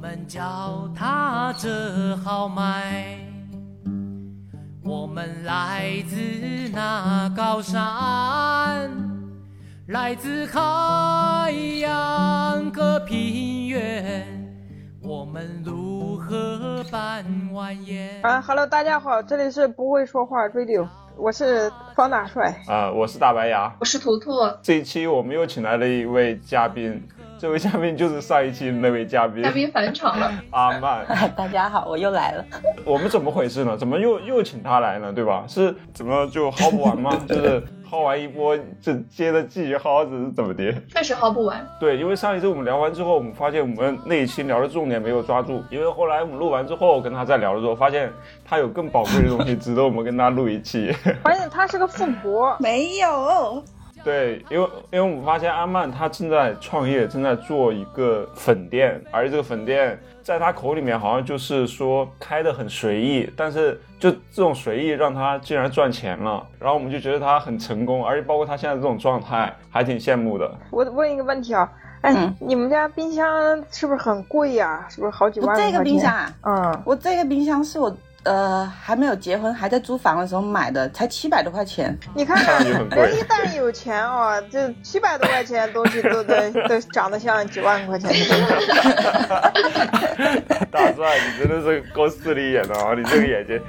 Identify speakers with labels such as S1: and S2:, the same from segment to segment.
S1: 们脚踏着豪迈，我们来自那高山，来自海洋和平原，我们如何办蜿蜒？
S2: 啊哈喽，大家好，这里是不会说话 Radio，我是方大帅。
S3: 啊、我是大白牙。
S4: 我是图图，
S3: 这一期我们又请来了一位嘉宾，这位嘉宾就是上一期那位嘉宾
S4: 嘉宾返场了。
S3: 阿曼。
S5: 大家好，我又来了。
S3: 我们怎么回事呢？怎么又又请他来呢？对吧？是怎么就薅 不完吗？就是薅完一波，这接着继续薅，这是怎么的？
S4: 确实薅不完，
S3: 对，因为上一次我们聊完之后，我们发现我们那一期聊的重点没有抓住，因为后来我们录完之后跟他再聊的时候，发现他有更宝贵的东西值得我们跟他录一期。
S2: 发现他是个富婆，
S6: 没有，
S3: 对，因为因为我们发现阿曼他正在创业，正在做一个粉店，而这个粉店在他口里面好像就是说开的很随意，但是就这种随意让他竟然赚钱了，然后我们就觉得他很成功，而且包括他现在这种状态，还挺羡慕的。
S2: 我问一个问题啊，哎，
S6: 嗯
S2: 你们家冰箱是不是很贵呀、是不是好几
S6: 我
S2: 万？
S6: 这个冰箱，啊，
S2: 嗯，
S6: 我这个冰箱是我呃还没有结婚，还在租房的时候买的，才七百多块钱。
S2: 你看
S3: 看
S2: 看
S3: 上去很贵
S2: 人一旦有钱啊，这七百多块钱东西都 得都长得像几万块钱的东西。
S3: 大帅，你真的是够势利眼的啊！你这个眼睛，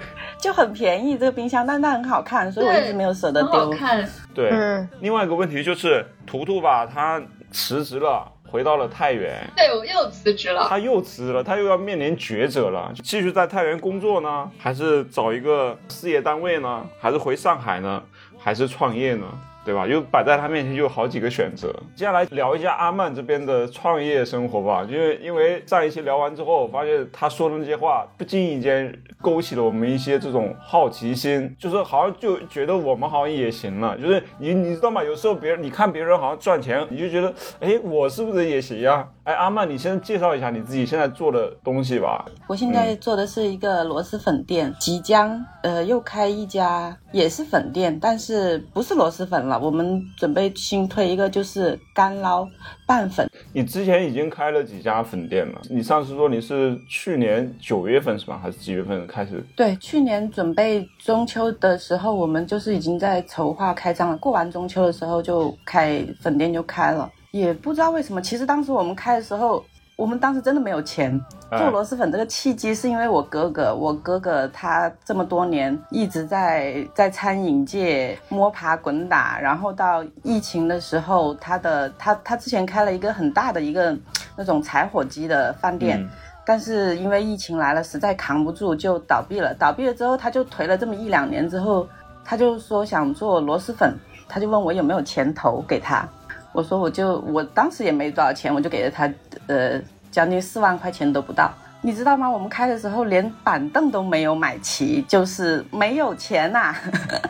S6: 就很便宜这个冰箱，但它很好看，所以我
S4: 对
S6: 一直没有舍得
S4: 很好
S6: 丢。
S4: 看。
S3: 对。
S2: 嗯，
S3: 另外一个问题就是，图图吧，他辞职了，回到了太原。
S4: 对，我哎又辞职了。
S3: 他又辞职了，他又要面临抉择了，继续在太原工作呢，还是找一个事业单位呢，还是回上海呢，还是创业呢？对吧？又摆在他面前就有好几个选择。接下来聊一下阿曼这边的创业生活吧，因为因为上一期聊完之后，我发现他说的那些话，不经意间勾起了我们一些这种好奇心，就是好像就觉得我们好像也行了，就是你你知道吗？有时候别人你看别人好像赚钱，你就觉得哎，我是不是也行呀？哎，阿曼，你先介绍一下你自己现在做的东西吧。
S6: 我现在做的是一个螺蛳粉店，即将呃又开一家也是粉店，但是不是螺蛳粉了，我们准备新推一个就是干捞拌粉。
S3: 你之前已经开了几家粉店了？你上次说你是去年九月份是吧？还是几月份开始？
S6: 对，去年准备中秋的时候，我们就是已经在筹划开张了。过完中秋的时候就开粉店就开了，也不知道为什么。其实当时我们开的时候，我们当时真的没有钱。
S3: 哎
S6: 做螺蛳粉这个契机是因为我哥哥，我哥哥他这么多年一直在在餐饮界摸爬滚打，然后到疫情的时候，他的他他之前开了一个很大的一个那种柴火鸡的饭店，
S3: 嗯
S6: 但是因为疫情来了，实在扛不住就倒闭了。倒闭了之后，他就颓了这么一两年之后，他就说想做螺蛳粉，他就问我有没有钱投给他。我说我就我当时也没多少钱，我就给了他呃将近四万块钱都不到。你知道吗？我们开的时候连板凳都没有买齐，就是没有钱呐、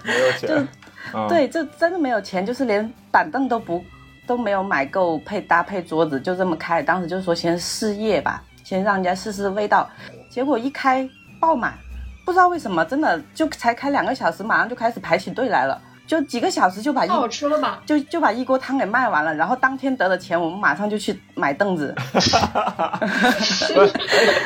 S3: 没有钱。嗯、
S6: 对，就真的没有钱，就是连板凳都不都没有买够配搭配桌子，就这么开。当时就说先试业吧，先让人家试试味道。结果一开爆满，不知道为什么，真的就才开两个小时，马上就开始排起队来了，就几个小时就把一、
S4: 太好吃了吧？
S6: 就就把一锅汤给卖完了。然后当天得了钱，我们马上就去买凳子。
S3: 哎，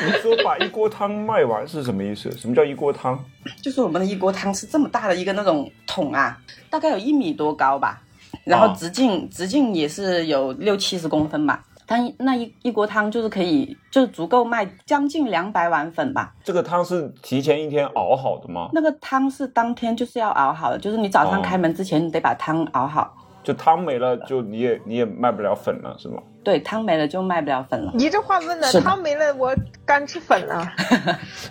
S3: 你说把一锅汤卖完是什么意思？什么叫一锅汤？
S6: 就是我们的一锅汤是这么大的一个那种桶啊，大概有一米多高吧，然后
S3: 哦
S6: 直径、直径也是有六七十公分吧。它一那一一锅汤就是可以，就足够卖将近两百碗粉吧。
S3: 这个汤是提前一天熬好的吗？
S6: 那个汤是当天就是要熬好的，就是你早上
S3: 哦
S6: 开门之前你得把汤熬好。
S3: 就汤没了，就你也你也卖不了粉了，是吗？
S6: 对，汤没了就卖不了粉了。
S2: 你这话问的，
S6: 是的
S2: 汤没了，我干吃粉了。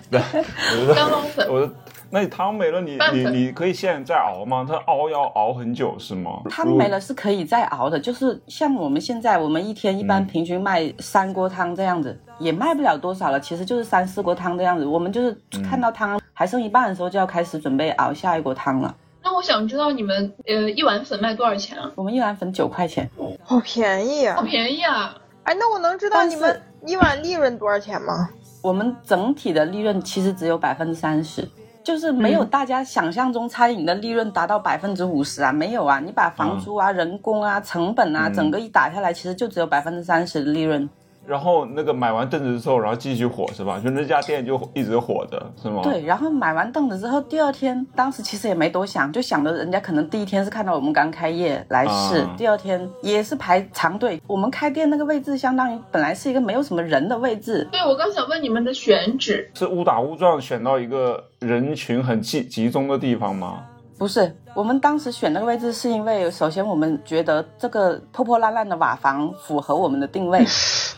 S3: 对，我
S4: 干
S3: 说，
S4: 捞粉，
S3: 我说，那你汤没了，你
S4: 拌
S3: 你
S4: 粉
S3: 你可以现在再熬吗？它熬要熬很久是吗？
S6: 汤没了是可以再熬的，就是像我们现在，我们一天一般
S3: 嗯
S6: 平均卖三锅汤这样子，也卖不了多少了，其实就是三四锅汤这样子。我们就是
S3: 嗯
S6: 看到汤还剩一半的时候，就要开始准备熬下一锅汤了。
S4: 那我想知道你们呃一碗粉卖多少钱啊？
S6: 我们一碗粉九块钱，
S2: 好便宜呀、
S4: 好便宜啊！
S2: 哎，那我能知道
S6: 哦但
S2: 你
S6: 是
S2: 们一碗利润多少钱吗？
S6: 我们整体的利润其实只有百分之三十。就是没
S3: 嗯
S6: 有大家想象中餐饮的利润达到百分之五十啊，没有啊，你把房租啊、人工啊、成本啊，
S3: 嗯
S6: 整个一打下来，其实就只有百分之三十的利润。
S3: 然后那个买完凳子之后，然后继续火是吧？就那家店就一直火着是吗？
S6: 对，然后买完凳子之后，第二天当时其实也没多想，就想着人家可能第一天是看到我们刚开业来试，
S3: 啊
S6: 第二天也是排长队。我们开店那个位置相当于本来是一个没有什么人的位置，
S4: 对，我刚想问你们的选址，
S3: 是误打误撞选到一个人群很集集中的地方吗？
S6: 不是，我们当时选那个位置是因为，首先我们觉得这个破破烂烂的瓦房符合我们的定位，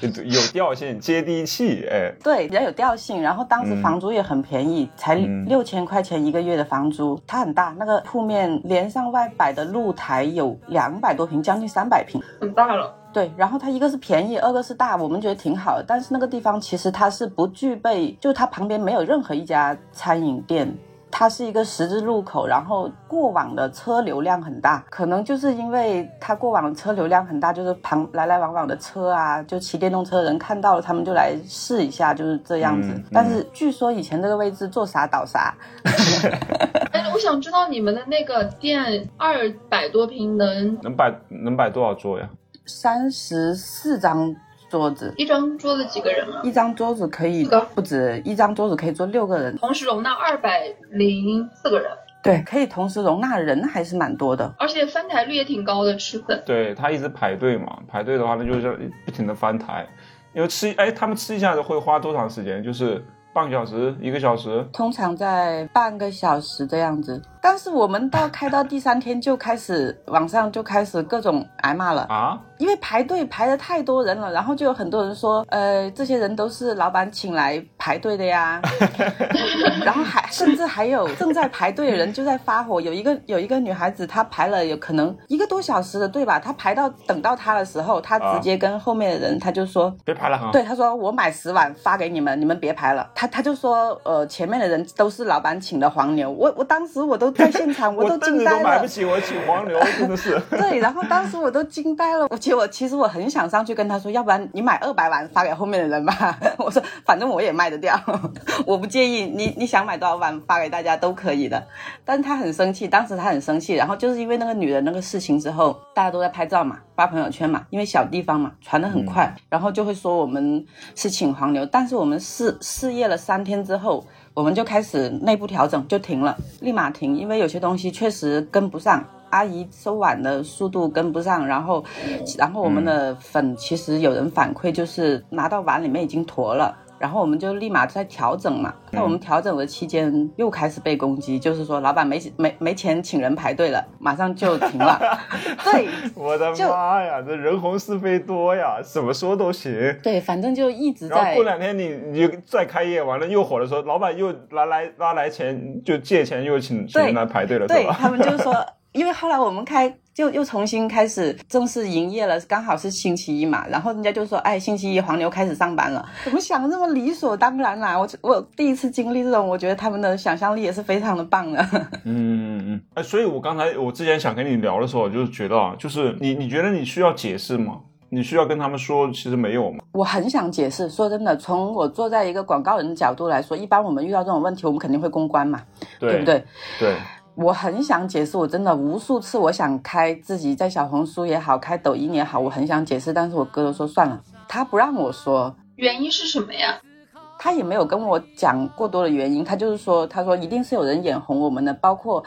S3: 有有调性，接地气，哎，
S6: 对，比较有调性。然后当时
S3: 嗯
S6: 房租也很便宜，才
S3: 嗯
S6: 六千块钱一个月的房租，它很大，那个铺面连上外摆的露台有两百多平，将近三百平。
S4: 很大了，
S6: 对，然后它一个是便宜，二个是大，我们觉得挺好的。但是那个地方其实它是不具备，就它旁边没有任何一家餐饮店。它是一个十字路口，然后过往的车流量很大，可能就是因为它过往的车流量很大，就是旁来来往往的车啊，就骑电动车的人看到了，他们就来试一下，就是这样子。
S3: 嗯嗯
S6: 但是据说以前这个位置做啥倒啥，
S4: 哎，我想知道你们的那个店二百多平能
S3: 能摆能摆多少桌呀？
S6: 三十四张桌子，
S4: 一张桌子几个人啊？
S6: 一张桌子可以
S4: 是的
S6: 不止，一张桌子可以坐六个人，
S4: 同时容纳二百零四个人，
S6: 对，可以同时容纳人还是蛮多的。
S4: 而且翻台率也挺高的，吃粉。
S3: 对他一直排队嘛，排队的话那就是不停的翻台，因为吃哎他们吃一下子会花多长时间？就是半个小时、一个小时，
S6: 通常在半个小时这样子，但是我们到开到第三天就开始网上就开始各种挨骂了，
S3: 啊，
S6: 因为排队排的太多人了，然后就有很多人说，呃，这些人都是老板请来排队的呀，然后还甚至还有正在排队的人就在发火，有一个有一个女孩子她排了有可能一个多小时的队吧，她排到等到她的时候，她直接跟后面的人她就说，
S3: 别排了啊哈。
S6: 对，他说我买十碗发给你们，你们别排了。他他就说，呃，前面的人都是老板请的黄牛，我我当时我都在 现场，
S3: 我
S6: 都
S3: 凳
S6: 惊
S3: 子都
S6: 呆
S3: 买不
S6: 了。
S3: 起，我请黄牛真的是。
S6: 对，然后当时我都惊呆了，而且我其实我很想上去跟他说，要不然你买二百碗发给后面的人吧。 我说反正我也卖得掉， 我不介意，你你想买多少碗发给大家都可以的。但是他很生气，当时他很生气，然后就是因为那个女人那个事情之后，大家都在拍照嘛，发朋友圈嘛，因为小地方嘛，传的
S3: 嗯
S6: 很快，然后就会说我们是请黄牛，但是我们试试业了三天之后，我们就开始内部调整，就停了，立马停，因为有些东西确实跟不上。阿姨收碗的速度跟不上，然后，然后我
S3: 嗯
S6: 们的粉其实有人反馈就是拿到碗里面已经坨了，然后我们就立马在调整嘛。在
S3: 嗯
S6: 我们调整的期间，又开始被攻击，就是说老板没没没钱请人排队了，马上就 停了。对
S3: 我的
S6: 就
S3: 妈呀，这人红是非多呀，怎么说都行。
S6: 对，反正就一直
S3: 然后
S6: 在
S3: 过。两天你你就再开业，完了又火的时候，老板又拿来拉来钱，就借钱又请请人来排 队了，是
S6: 对
S3: 吧？
S6: 他们就说， 因为后来我们开就又重新开始正式营业了，刚好是星期一嘛，然后人家就说，哎，星期一黄牛开始上班了，怎么想的这么理所当然啦、我我第一次经历这种，我觉得他们的想象力也是非常的棒的。
S3: 嗯嗯嗯。哎，所以我刚才我之前想跟你聊的时候，我就是觉得啊，就是你你觉得你需要解释吗？你需要跟他们说，其实没有嘛。
S6: 我很想解释，说真的，从我坐在一个广告人的角度来说，一般我们遇到这种问题，我们肯定会公关嘛，对不
S3: 对
S6: 对？我很想解释，我真的无数次，我想开自己在小红书也好，开抖音也好，我很想解释，但是我哥都说算了，他不让我说，
S4: 原因是什么呀？
S6: 他也没有跟我讲过多的原因，他就是说，他说一定是有人眼红我们的，包括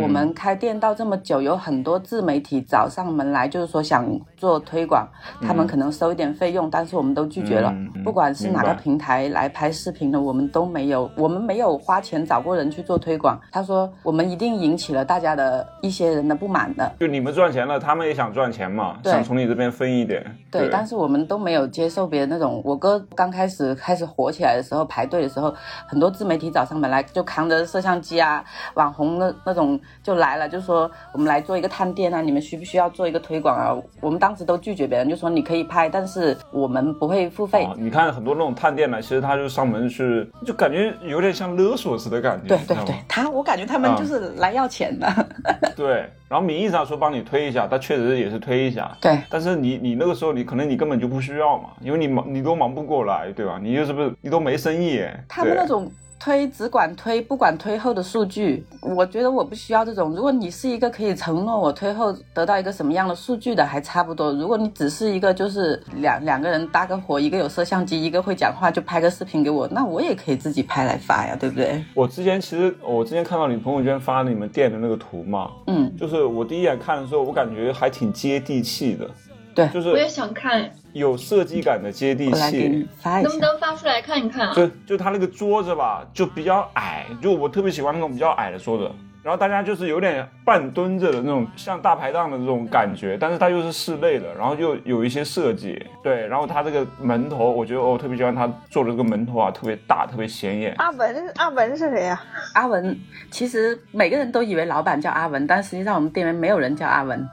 S6: 我们开店到这么久，有很多自媒体找上门来，就是说想做推广，他们可能收一点费用，但是我们都拒绝了。
S3: 嗯嗯
S6: 不管是哪个
S3: 明白
S6: 平台来拍视频的，我们都没有，我们没有花钱找过人去做推广。他说，我们一定引起了大家的一些人的不满的。
S3: 就你们赚钱了，他们也想赚钱嘛，
S6: 对
S3: 想从你这边分一点。
S6: 对，但
S3: 是
S6: 是我们都没有接受别人那种。我哥刚开始开始火起来的时候，排队的时候，很多自媒体找上门来，就扛着摄像机啊，网红那那种就来了，就说我们来做一个探店啊，你们需不需要做一个推广啊？我们当时都拒绝别人，就说你可以拍，但是我们不会付费。
S3: 哦，你看很多那种探店呢，其实他就上门去，就感觉有点像勒索似的感觉，
S6: 对
S3: 你知哦
S6: 对
S3: 道吗
S6: 对，他我感觉他们
S3: 啊
S6: 就是来要钱的。
S3: 对，然后名义上说帮你推一下，他确实也是推一下，
S6: 对
S3: 但是你你那个时候你可能你根本就不需要嘛，因为你忙你都忙不过来，对吧？你又是不是你都没生意？
S6: 他们那
S3: 对
S6: 种推只管推不管推后的数据，我觉得我不需要这种。如果你是一个可以承诺我推后得到一个什么样的数据的，还差不多。如果你只是一个就是两两个人搭个伙，一个有摄像机，一个会讲话，就拍个视频给我，那我也可以自己拍来发呀，对不对？
S3: 我之前其实我之前看到你朋友圈发你们店的那个图嘛，
S6: 嗯，
S3: 就是我第一眼看的时候，我感觉还挺接地气的，
S6: 对
S3: 就
S4: 我也
S3: 是
S4: 想看，
S3: 有设计感的接地
S6: 我来给
S3: 气
S6: 你。发一
S4: 能不
S6: 下。
S4: 能发出来看一看 啊？
S3: 就就他那个桌子吧，就比较矮，就我特别喜欢那种比较矮的桌子。然后大家就是有点半蹲着的那种，像大排档的这种感
S2: 嗯
S3: 觉，但是它又是室内的，然后又有一些设计，对。然后它这个门头，我觉得哦我特别喜欢它做的这个门头啊，特别大，特别显 眼。
S2: 阿文，阿文是谁呀、
S3: 嗯
S6: 阿文，其实每个人都以为老板叫阿文，但实际上我们店员没有人叫阿文。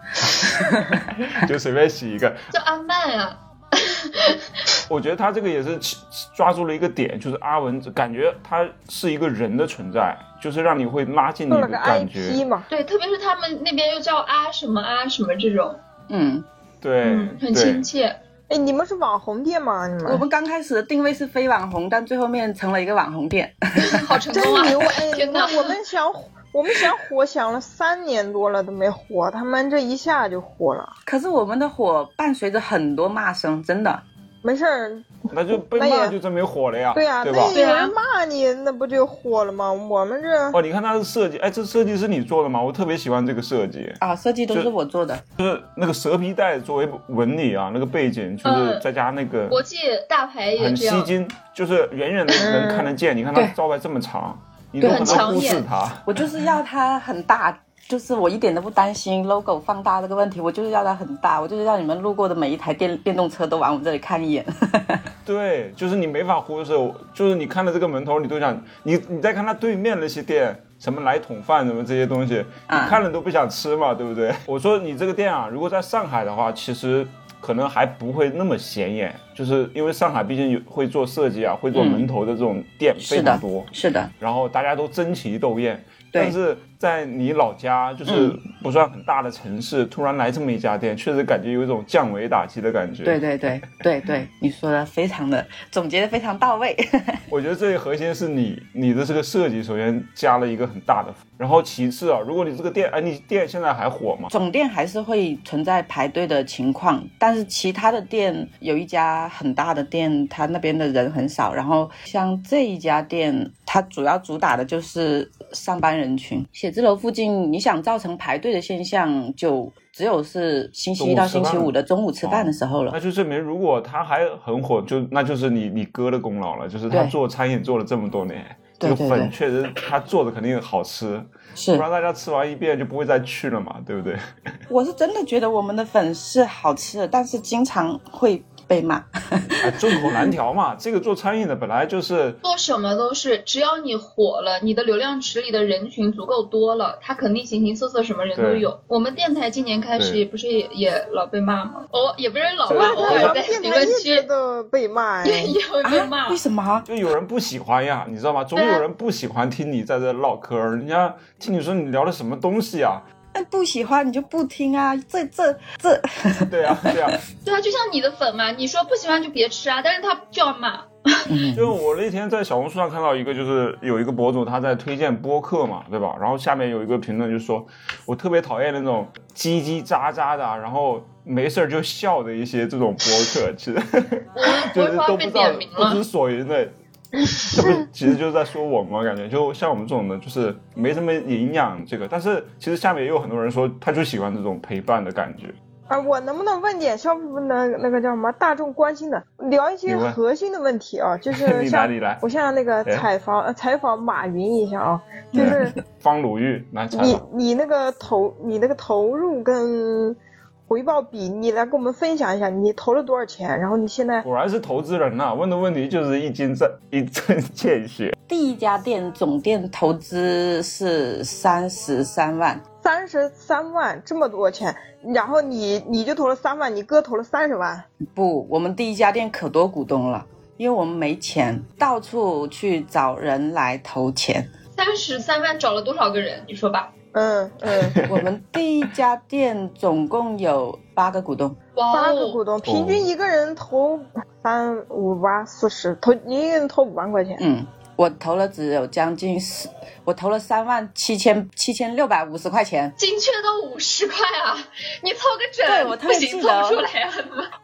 S3: 就随便洗一个。
S4: 叫阿曼啊，
S3: 我觉得他这个也是起抓住了一个点，就是阿文感觉他是一个人的存在，就是让你会拉近你
S2: 做了
S3: 的
S2: 个
S3: 感觉
S2: IP。嘛，
S4: 对，特别是他们那边又叫阿什么阿什么这种，
S6: 嗯，
S3: 对，
S4: 嗯，很
S3: 对
S4: 亲， 切。
S2: 哎，你们是网红店吗？你
S6: 我
S2: 们
S6: 们刚开始的定位是非网红，但最后面成了一个网红店。
S4: 好成
S2: 真
S4: 功啊
S2: 牛！哎！
S4: 天哪
S2: 那，我们想火我们想火，想了三年多了都没火，他们这一下就火了。
S6: 可是我们的火伴随着很多骂声，真的。
S2: 没事儿，
S3: 那就被
S2: 那
S3: 骂
S2: 也
S3: 就真没火了呀，
S2: 对呀、
S3: 对吧
S2: 那？有
S4: 对啊
S2: 人骂你，那不就火了吗？我们这
S3: 哦，你看他的设计，哎，这设计是你做的吗？我特别喜欢这个设计，
S6: 啊，设计都
S3: 就是
S6: 我做的。
S3: 就是那个蛇皮袋作为纹理啊，那个背景就是
S4: 嗯
S3: 再加那个
S4: 国际大牌也
S3: 很
S4: 这
S3: 吸
S4: 样，
S3: 睛，就是远远的能看得见。你看它
S6: 嗯对
S3: 招牌这么长，你都
S6: 对
S4: 很
S3: 很难
S4: 抢
S3: 忽视
S4: 眼
S3: 它。
S6: 我就是要它很大，就是我一点都不担心 logo 放大这个问题，我就是要它很大，我就是要你们路过的每一台电电动车都往我们这里看一眼。
S3: 对，就是你没法忽视，就是你看了这个门头，你都想你你再看它对面那些店，什么来桶饭什么这些东西，你
S6: 啊
S3: 看了都不想吃嘛，对不对？我说你这个店啊，如果在上海的话，其实可能还不会那么显眼，就是因为上海毕竟有会做设计啊，会做门头的这种店非
S6: 是
S3: 常
S6: 的
S3: 多，，
S6: 嗯是的，
S3: 然后大家都争奇斗艳。
S6: 对嗯
S3: 但是在你老家，就是不算很大的城市，突然来这么一家店，确实感觉有一种降维打击的感觉。
S6: 对对对对对，你说的非常的总结的非常到位。
S3: 我觉得最核心是你你的这个设计，首先加了一个很大的，然后其次啊，如果你这个店，哎，你店现在还火吗？
S6: 总店还是会存在排队的情况，但是其他的店有一家很大的店，它那边的人很少。然后像这一家店，它主要主打的就是上班人群。写字楼附近，你想造成排队的现象，就只有是星期一到星期五的中午吃饭的哦时候了。
S3: 那就证明，如果他还很火，就那就是你你哥的功劳了，就是他
S6: 对
S3: 做餐饮做了这么多年，这
S6: 对
S3: 个
S6: 对
S3: 粉
S6: 对
S3: 确实他做的肯定好吃，
S6: 是
S3: 不，然大家吃完一遍就不会再去了嘛，对不 对？
S6: 我是真的觉得我们的粉是好吃的，但是经常会被骂。
S3: 哎，众口难调 嘛，这个做餐饮的本来就是
S4: 做什么都是，只要你火了，你的流量池里的人群足够多了，他肯定形形色色什么人都
S3: 对
S4: 有。我们电台今年开始
S3: 对
S4: 也不是也也老被骂吗？偶也不是老
S3: 对
S4: 骂，偶
S2: 我
S4: 尔
S2: 们
S4: 在
S2: 电
S4: 评
S2: 台
S4: 论
S2: 一直
S4: 区
S2: 都被骂、
S4: 对
S2: 哎。
S4: 也会被骂。
S6: 啊？为什么？
S3: 就有人不喜欢呀，你知道吗？总有人不喜欢听你在这唠嗑儿，人家听你说你聊的什么东西啊？
S6: 那不喜欢你就不听啊！这这这，
S3: 对呀、对呀、
S4: 对啊，就像你的粉嘛，你说不喜欢就别吃啊，但是他就要骂。
S6: 嗯
S3: 就我那天在小红书上看到一个，就是有一个博主他在推荐播客嘛，对吧？然后下面有一个评论就说，我特别讨厌那种叽叽喳喳的啊，然后没事儿就笑的一些这种播客，其实
S4: 我们不
S3: 就是
S4: 是
S3: 都
S4: 说
S3: 不
S4: 被
S3: 知道
S4: 点名
S3: 不知
S4: 了，
S3: 所 云的。这不其实就是在说我们嘛，感觉就像我们这种的，就是没什么营养这个。但是其实下面也有很多人说，他就喜欢这种陪伴的感觉。
S2: 啊，我能不能问点消费那那个叫什么大众关心的，聊一
S3: 你
S2: 些
S3: 问
S2: 核心的问题啊？ 就
S3: 你
S2: 是
S3: 来
S2: 像
S3: 你来
S2: 我像那个
S3: 哎嗯
S2: 采访、呃采访马云一下啊，就是
S3: 方鲁豫来采
S2: 你
S3: 访，
S2: 你那个投你那个投入跟回报比，你来跟我们分享一下，你投了多少钱？然后你现在
S3: 果然是投资人呐、问的问题就是一针在一针见血。
S6: 第一家店总店投资是三十三万，
S2: 三十三万这么多钱，然后你你就投了三万，你哥投了三十万，
S6: 不，我们第一家店可多股东了，因为我们没钱，到处去找人来投 钱。
S4: 三十三万找了多少个人？你说吧。
S2: 嗯嗯，
S6: 我们第一家店总共有八个股东，
S4: 哇
S2: 八个股
S4: 哦，
S2: 东，平均一个人投三五八四十，投一个人投五万块钱。
S6: 嗯，我投了只有将近十，我投了三万七千七千六百五十块钱，
S4: 精确到五十块啊！ 你凑个
S6: 对
S4: 整，
S6: 我特
S4: 不
S6: 别
S4: 行
S6: 记
S4: 凑
S6: 得
S4: 不出来啊！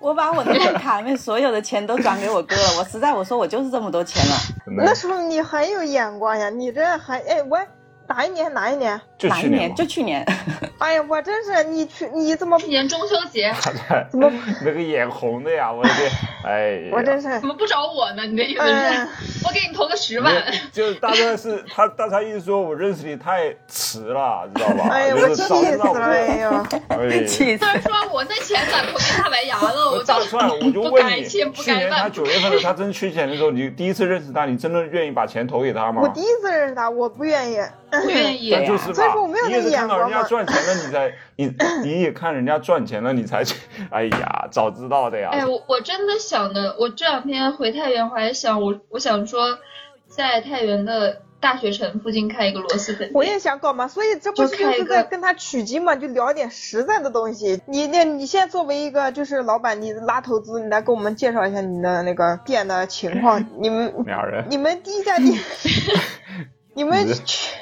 S6: 我把我的会卡里面所有的钱都转给我哥了，我实在我说我就是这么多钱了，
S3: 真的
S2: 那时候你很有眼光呀，你这还哎喂，哪一年哪一年？
S3: 就
S6: 哪
S3: 去
S6: 一年
S3: 嘛
S6: 就去年，
S2: 哎呀，我真是你去你怎么
S4: 去年中秋节
S2: 怎么，
S3: 那个眼红的呀，我的天， 哎呀，
S2: 我真是
S4: 怎么不找我呢？你的意思
S2: 嗯
S4: 是，我给你投个十万？
S3: 就是大概是他，大概意思说我认识你太迟了，知道吧？
S2: 哎呀，
S3: 就
S2: 我
S3: 是
S2: 气
S3: 早
S2: 死
S3: 知道
S2: 了！哎呀，
S3: 我哎
S6: 气死！
S4: 他说我那钱咋投给大白牙了？
S3: 我
S4: 我
S3: 大
S4: 就
S3: 蒜，我就
S4: 不
S3: 问
S4: 该
S3: 你，
S4: 欠不
S3: 去
S4: 该
S3: 年他
S4: 办。
S3: 九月份的时候，他真缺钱的时候，你第一次认识他，你真的愿意把钱投给他吗？
S2: 我第一次认识他，我不愿意。
S4: 不愿意
S3: 那，就是
S2: 所以
S3: 吧
S2: 说我没有，
S3: 你也
S2: 那
S3: 是
S2: 眼
S3: 看到
S2: 光
S3: 人家
S2: 嘛
S3: 赚钱了，你才你你也看人家赚钱了，你才去。哎呀，早知道的呀。
S4: 哎，我我真的想的，我这两天回太原，我还想我我想说，在太原的大学城附近开一个螺蛳粉
S2: 我
S4: 店。
S2: 也想搞嘛，所以这不是就是在跟他取经嘛，就聊点实在的东西。你那你现在作为一个就是老板，你拉投资，你来给我们介绍一下你的那个店的情 况。你们
S3: 俩人，
S2: 你们第一家 店，你们去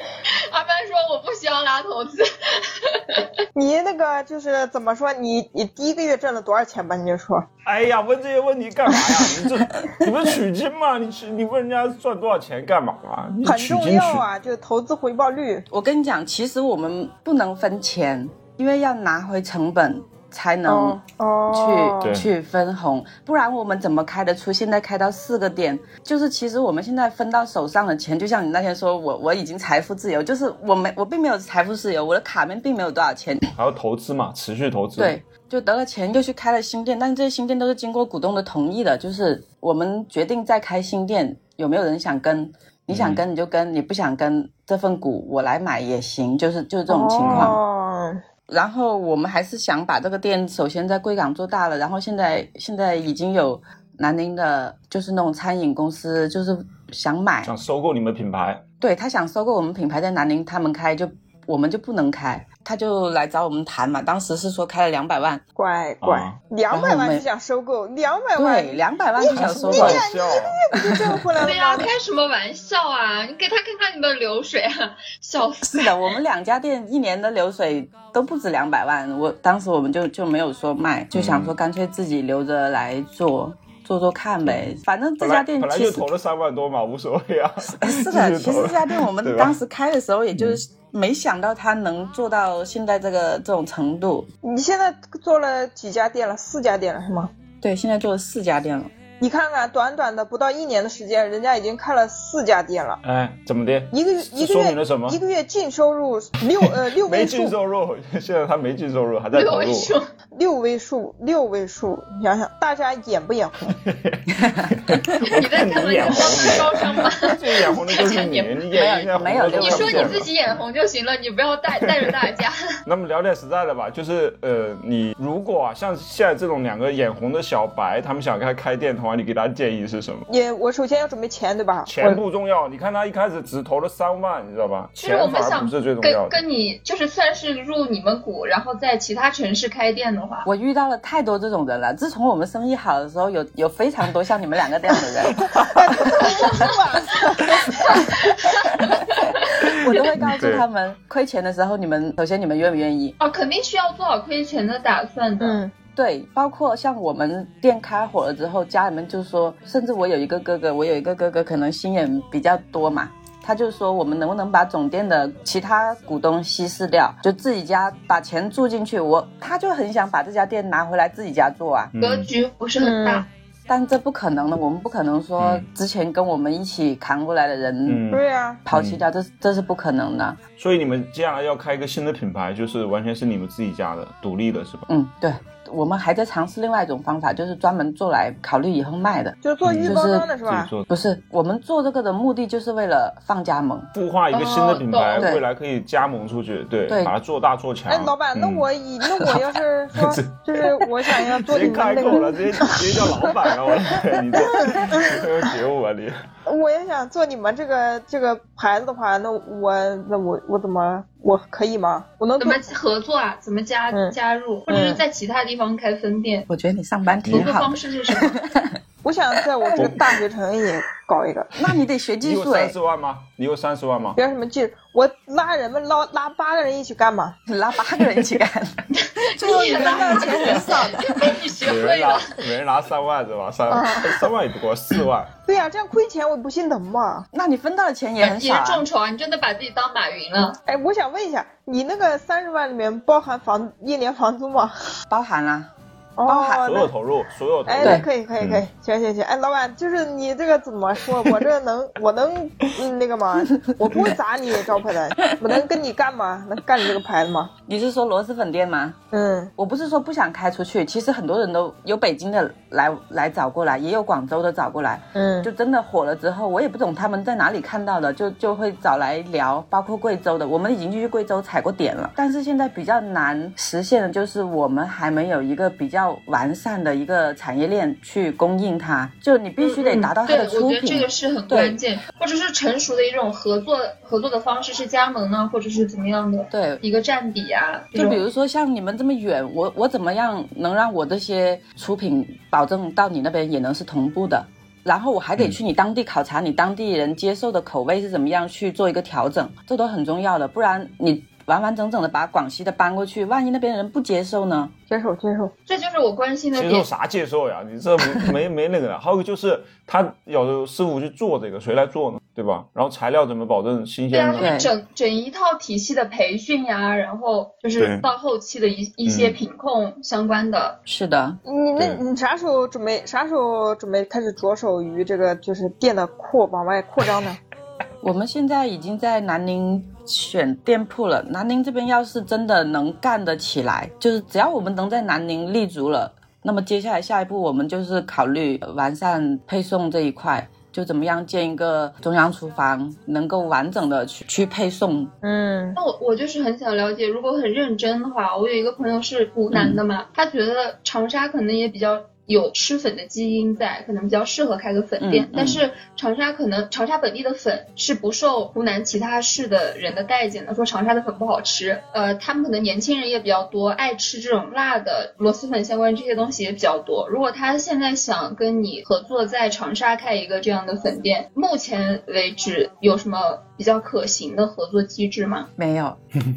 S4: 阿帆说我不需要拉投资，
S2: 你那个就是怎么说？你你第一个月挣了多少钱吧？你就说，
S3: 哎呀，问这些问题干嘛呀？ 你这你不是取经吗？你取你问人家赚多少钱干嘛嘛？你
S2: 很
S3: 取
S2: 重
S3: 经
S2: 要
S3: 取
S2: 啊，就投资回报率。
S6: 我跟你讲，其实我们不能分钱，因为要拿回成本才能
S2: 哦哦，
S3: 对
S6: 嗯去去分红，不然我们怎么开得出？现在开到四个店，就是其实我们现在分到手上的钱，就像你那天说，我我已经财富自由，就是我没我并没有财富自由，我的卡面并没有多少钱，
S3: 还要投资嘛，持续投资。
S6: 对，，就得了钱又去开了新店，但是这些新店都是经过股东的同意的，就是我们决定再开新店，有没有人想跟？你想跟你就跟，你不想跟这份股我来买也行，就是就是这种情况。
S2: 哦，
S6: 然后我们还是想把这个店首先在贵港做大了，然后现在现在已经有南宁的，就是那种餐饮公司，就是想买，
S3: 想收购你们品牌，
S6: 对他想收购我们品牌，在南宁他们开就我们就不能开，他就来找我们谈嘛，当时是说开了两百万，
S2: 乖
S3: 啊
S2: 乖，两百
S6: 然后我
S2: 万
S6: 们
S2: 就想收购，两百万
S6: 对，两百万就想收购
S3: 玩。笑啊。
S2: 不就挣回来
S4: 对 呀、
S2: 了吗？
S4: 开什么玩笑啊！你给他看看你的流水 啊，笑死！
S6: 是的，我们两家店一年的流水都不止两百万，我当时我们就就没有说卖，就想
S3: 嗯
S6: 说干脆自己留着来做。做做看呗，反正 这
S3: 嗯本
S6: 家
S3: 来
S6: 店
S3: 本来
S6: 其
S3: 就
S6: 实哎
S3: 投了三万多嘛，无所谓啊。
S6: 是的，
S3: 继续
S6: 其
S3: 投
S6: 实这家店我
S3: 对
S6: 们
S3: 吧嗯
S6: 当时开的时候，也就是没想到它能做到现在这个这种程度。
S2: 你现在做了几家店了？四家店了是吗？
S6: 对，现在做了四家店了。
S2: 你看看，短短的不到一年的时间，人家已经开了四家店了。
S3: 哎，怎么的？
S2: 一个月一个
S3: 说明了
S2: 月
S3: 什么
S2: 一？个月净收入六 呃六
S3: 没
S2: 位
S3: 净
S2: 数
S3: 收入， 现在他没净收入，还在
S4: 对
S3: 投
S4: 我
S3: 入。
S4: 说，
S2: 六位数六位数，你想想大家眼不眼红？
S4: 你在看
S3: 我看你
S4: 你
S3: 眼
S4: 高
S3: 红
S4: 不高升吧？
S3: 你，最眼红的就是 你，你眼睛在红
S6: 没有
S3: 的 都
S4: 你
S3: 看不
S4: 说
S3: 见
S4: 你
S3: 了
S4: 自。己眼红就行了，你不要带带着大 家。
S3: 那么聊点实在的吧，就是呃，你如果啊像现在这种两个眼红的小白，他们想开开店的话，你给他建议是什么？
S2: 也我首先要准备钱，对吧？
S3: 钱不重要，你看他一开始只投了三万，你知道吧？
S4: 其实我
S3: 钱
S4: 们
S3: 反而
S4: 想
S3: 不是最重要
S4: 跟
S3: 的。
S4: 跟你就是算是入你们股，然后在其他城市开店的话，
S6: 我遇到了太多这种人了。自从我们生意好的时候，有有非常多像你们两个这样的人，我都会告诉他们，亏钱的时候，你们首先你们愿不愿意？
S4: 哦，肯定需要做好亏钱的打算的。
S2: 嗯，
S6: 对，包括像我们店开火了之后，家里面就说，甚至我有一个哥哥，我有一个哥哥可能心眼比较多嘛，他就说我们能不能把总店的其他股东稀释掉，就自己家把钱注进去，我他就很想把这家店拿回来自己家做啊，
S4: 格
S3: 嗯，
S4: 局不是很大，
S6: 但这不可能的，我们不可能说
S3: 嗯
S6: 之前跟我们一起扛过来的人
S3: 嗯，
S2: 对啊，
S6: 抛弃掉，这这是不可能的。
S3: 所以你们接下来要开一个新的品牌，就是完全是你们自己家的，独立的是吧？
S6: 嗯，对，我们还在尝试另外一种方法，就是专门做来考虑以后卖的。
S2: 就是做预包装的是
S3: 自己
S2: 吧？
S3: 做，
S6: 不是，我们做这个的目的就是为了放加盟。
S3: 孵化一个新的品牌，
S4: 哦
S6: 懂
S3: 未来可以加盟出去，对，
S6: 对
S3: 把它做大做强。
S2: 哎，老板，那
S3: 嗯
S2: 我以那我要是 说
S3: 这，
S2: 就是我想要做
S3: 直
S2: 你
S3: 接开
S2: 们那
S3: 口了，
S2: 个，
S3: 直接直接叫老板了，我 天，你这给我吧你。
S2: 我也想做你们这个这个牌子的话，那我那我我怎么我可以吗？我能
S4: 怎
S2: 做
S4: 么合作啊？怎么加、
S2: 嗯
S4: 加入，或者是在其他地方开分店？
S3: 嗯
S6: 我觉得你上班
S4: 合
S6: 挺
S4: 作
S6: 好
S4: 方
S6: 的，
S4: 式是什么？
S2: 我想在我这个大学城也搞一个，
S6: 那你得学技
S3: 你有
S6: 术哎
S3: 三，十万吗？你有三十万吗？
S2: 别什么技术，我拉人们拉拉八个人一起干嘛？
S6: 你拉八个人一起干，最后你们拿到钱很少 的。
S5: 被你学
S3: 每
S5: 会
S3: 人拿
S5: 了。
S3: 每人拿三万是吧？三三万也不够，四万。
S2: 对呀、这样亏钱我也不心疼嘛。
S6: 那你分到的钱也很
S5: 你
S6: 少、
S5: 是
S6: 啊。
S5: 众筹啊，你真的把自己当马云了。
S2: 哎，我想问一下，你那个三十万里面包含房一年房租吗？
S6: 包含啦，包含
S2: 哦，
S3: 所有
S2: 那
S3: 投入，所有投
S2: 哎，
S3: 入
S2: 那
S6: 对
S2: 可以可以可以，行行行，哎，老板，就是你这个怎么说？我这能， 我能、嗯、那个吗？我不会砸你招牌的，我能跟你干吗？能干你这个牌子吗？
S6: 你是说螺蛳粉店吗？
S2: 嗯，
S6: 我不是说不想开出去，其实很多人都有北京的来来找过来，也有广州的找过来，
S2: 嗯
S6: 就真的火了之后，我也不懂他们在哪里看到的，就就会找来聊，包括贵州的，我们已经去贵州踩过点了，但是现在比较难实现的就是我们还没有一个比较完善的一个产业链去供应它，就你必须得达到
S5: 嗯
S6: 它
S5: 对，
S6: 的
S5: 我
S6: 出
S5: 觉得这
S6: 品
S5: 个。是很
S6: 对
S5: 关键，或者是成熟的一种合作合作的方式，是加盟呢，或者是怎么样的
S6: 对，
S5: 一个占比啊？这
S6: 就
S5: 种
S6: 比如说像你们这么远，我我怎么样能让我这些出品保证到你那边也能是同步的？然后我还得去你当地考察，你当地人接受的口味是怎么样，去做一个调整，这都很重要的。不然你完完整整的把广西的搬过去，万一那边人不接受呢？
S2: 接受接受，
S5: 这就是我关心的
S3: 接受
S5: 点。
S3: 啥接受呀？你这没没没那个的。还有就是，他有师傅去做这个，谁来做呢？对吧？然后材料怎么保证新
S5: 对
S3: 鲜
S5: 啊，
S3: 呢
S5: 就？
S6: 对
S5: 是整整一套体系的培训呀、然后就是
S3: 对
S5: 到后期的一一些品控相关的，
S6: 是的，
S2: 你那
S3: 对
S2: 你啥时候准备？啥时候准备开始着手于这个就是店的扩往外扩张呢？
S6: 我们现在已经在南宁选店铺了。南宁这边要是真的能干得起来，就是只要我们能在南宁立足了，那么接下来下一步我们就是考虑呃完善配送这一块，就怎么样建一个中央厨房，能够完整的去去配送。
S2: 嗯
S5: 那我我就是很想了解，如果很认真的话，我有一个朋友是湖南的嘛，他觉得长沙可能也比较有吃粉的基因在，可能比较适合开个粉店。
S6: 嗯嗯
S5: 但是长沙可能长沙本地的粉是不受湖南其他市的人的待见的，说长沙的粉不好吃。呃，他们可能年轻人也比较多，爱吃这种辣的螺蛳粉相关这些东西也比较多。如果他现在想跟你合作，在长沙开一个这样的粉店，目前为止有什么比较可行的合作机制吗？
S6: 没有，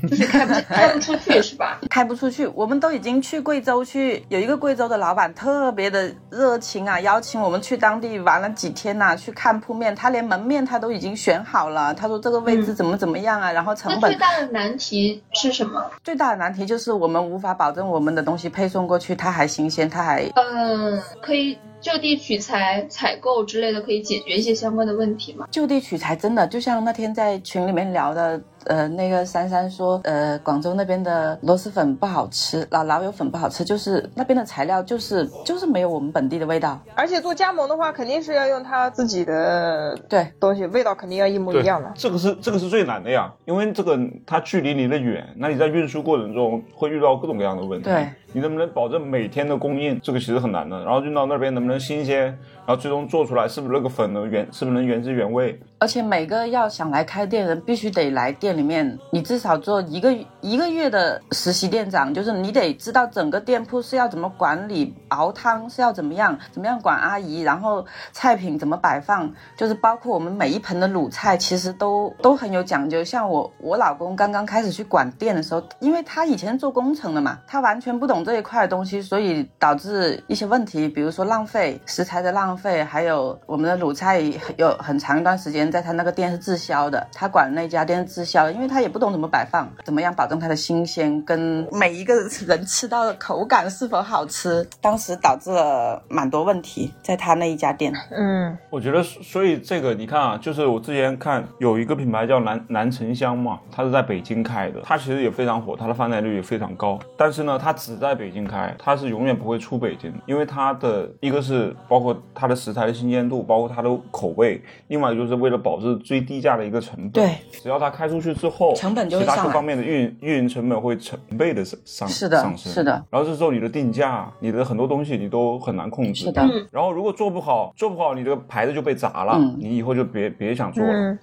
S5: 就是开 不开不出去是 吧？
S6: 开不出去。我们都已经去贵州去，有一个贵州的老板特别的热情啊，邀请我们去当地玩了几天呐、啊去看铺面，他连门面他都已经选好了，他说这个位置
S5: 嗯
S6: 怎么怎么样啊，然后成
S5: 那
S6: 本
S5: 最大的难题是什么？
S6: 最大的难题就是我们无法保证我们的东西配送过去，它还新鲜，它还
S5: 嗯，可以就地取材、采购之类的，可以解决一些相关的问题吗？
S6: 就地取材。真的，就像那天在群里面聊的，呃，那个珊珊说，呃，广州那边的螺蛳粉不好吃，老老友粉不好吃，就是那边的材料就是就是没有我们本地的味道。
S2: 而且做加盟的话，肯定是要用他自己的
S6: 对，
S2: 东西，味道肯定要一模
S3: 对
S2: 一样的，。
S3: 这个是这个是最难的呀，因为这个它距离离得远，那你在运输过程中会遇到各种各样的问题。
S6: 对，
S3: 你能不能保证每天的供应，这个其实很难的。然后运到那边能不能新鲜，然后最终做出来是不是那个粉能原是不是能原汁原味？
S6: 而且每个要想来开店的人，必须得来店里面，你至少做一个一个月的实习店长，就是你得知道整个店铺是要怎么管理，熬汤是要怎么样，怎么样管阿姨，然后菜品怎么摆放，就是包括我们每一盆的卤菜，其实都都很有讲究。像我我老公刚刚开始去管店的时候，因为他以前做工程的嘛，他完全不懂这一块的东西，所以导致一些问题，比如说浪费食材的浪费，还有我们的卤菜有很长一段时间在他那个店是滞销的，他管那家店是滞销的，因为他也不懂怎么摆放，怎么样保证它的新鲜跟每一个人吃到的口感是否好吃，当时导致了蛮多问题在他那一家店。
S2: 嗯
S3: 我觉得，所以这个你看啊，就是我之前看有一个品牌叫南南城香嘛，它是在北京开的，它其实也非常火，它的翻台率也非常高。但是呢，它只在北京开，它是永远不会出北京，因为它的一个是包括它的食材的新鲜度，包括它的口味，另外就是为了保持最低价的一个成本。
S6: 对，
S3: 只要它开出去之后，
S6: 成本就会
S3: 其他
S6: 上
S3: 各
S6: 来
S3: 方面的运运营成本会成倍的上
S6: 是的
S3: 上，升。
S6: 是。的，
S3: 然后这时候你的定价，你的很多东西你都很难控制。
S6: 是的。
S5: 嗯
S3: 然后如果做不好，做不好你这个牌子就被砸了，
S6: 嗯
S3: 你以后就别别想做了。
S2: 嗯，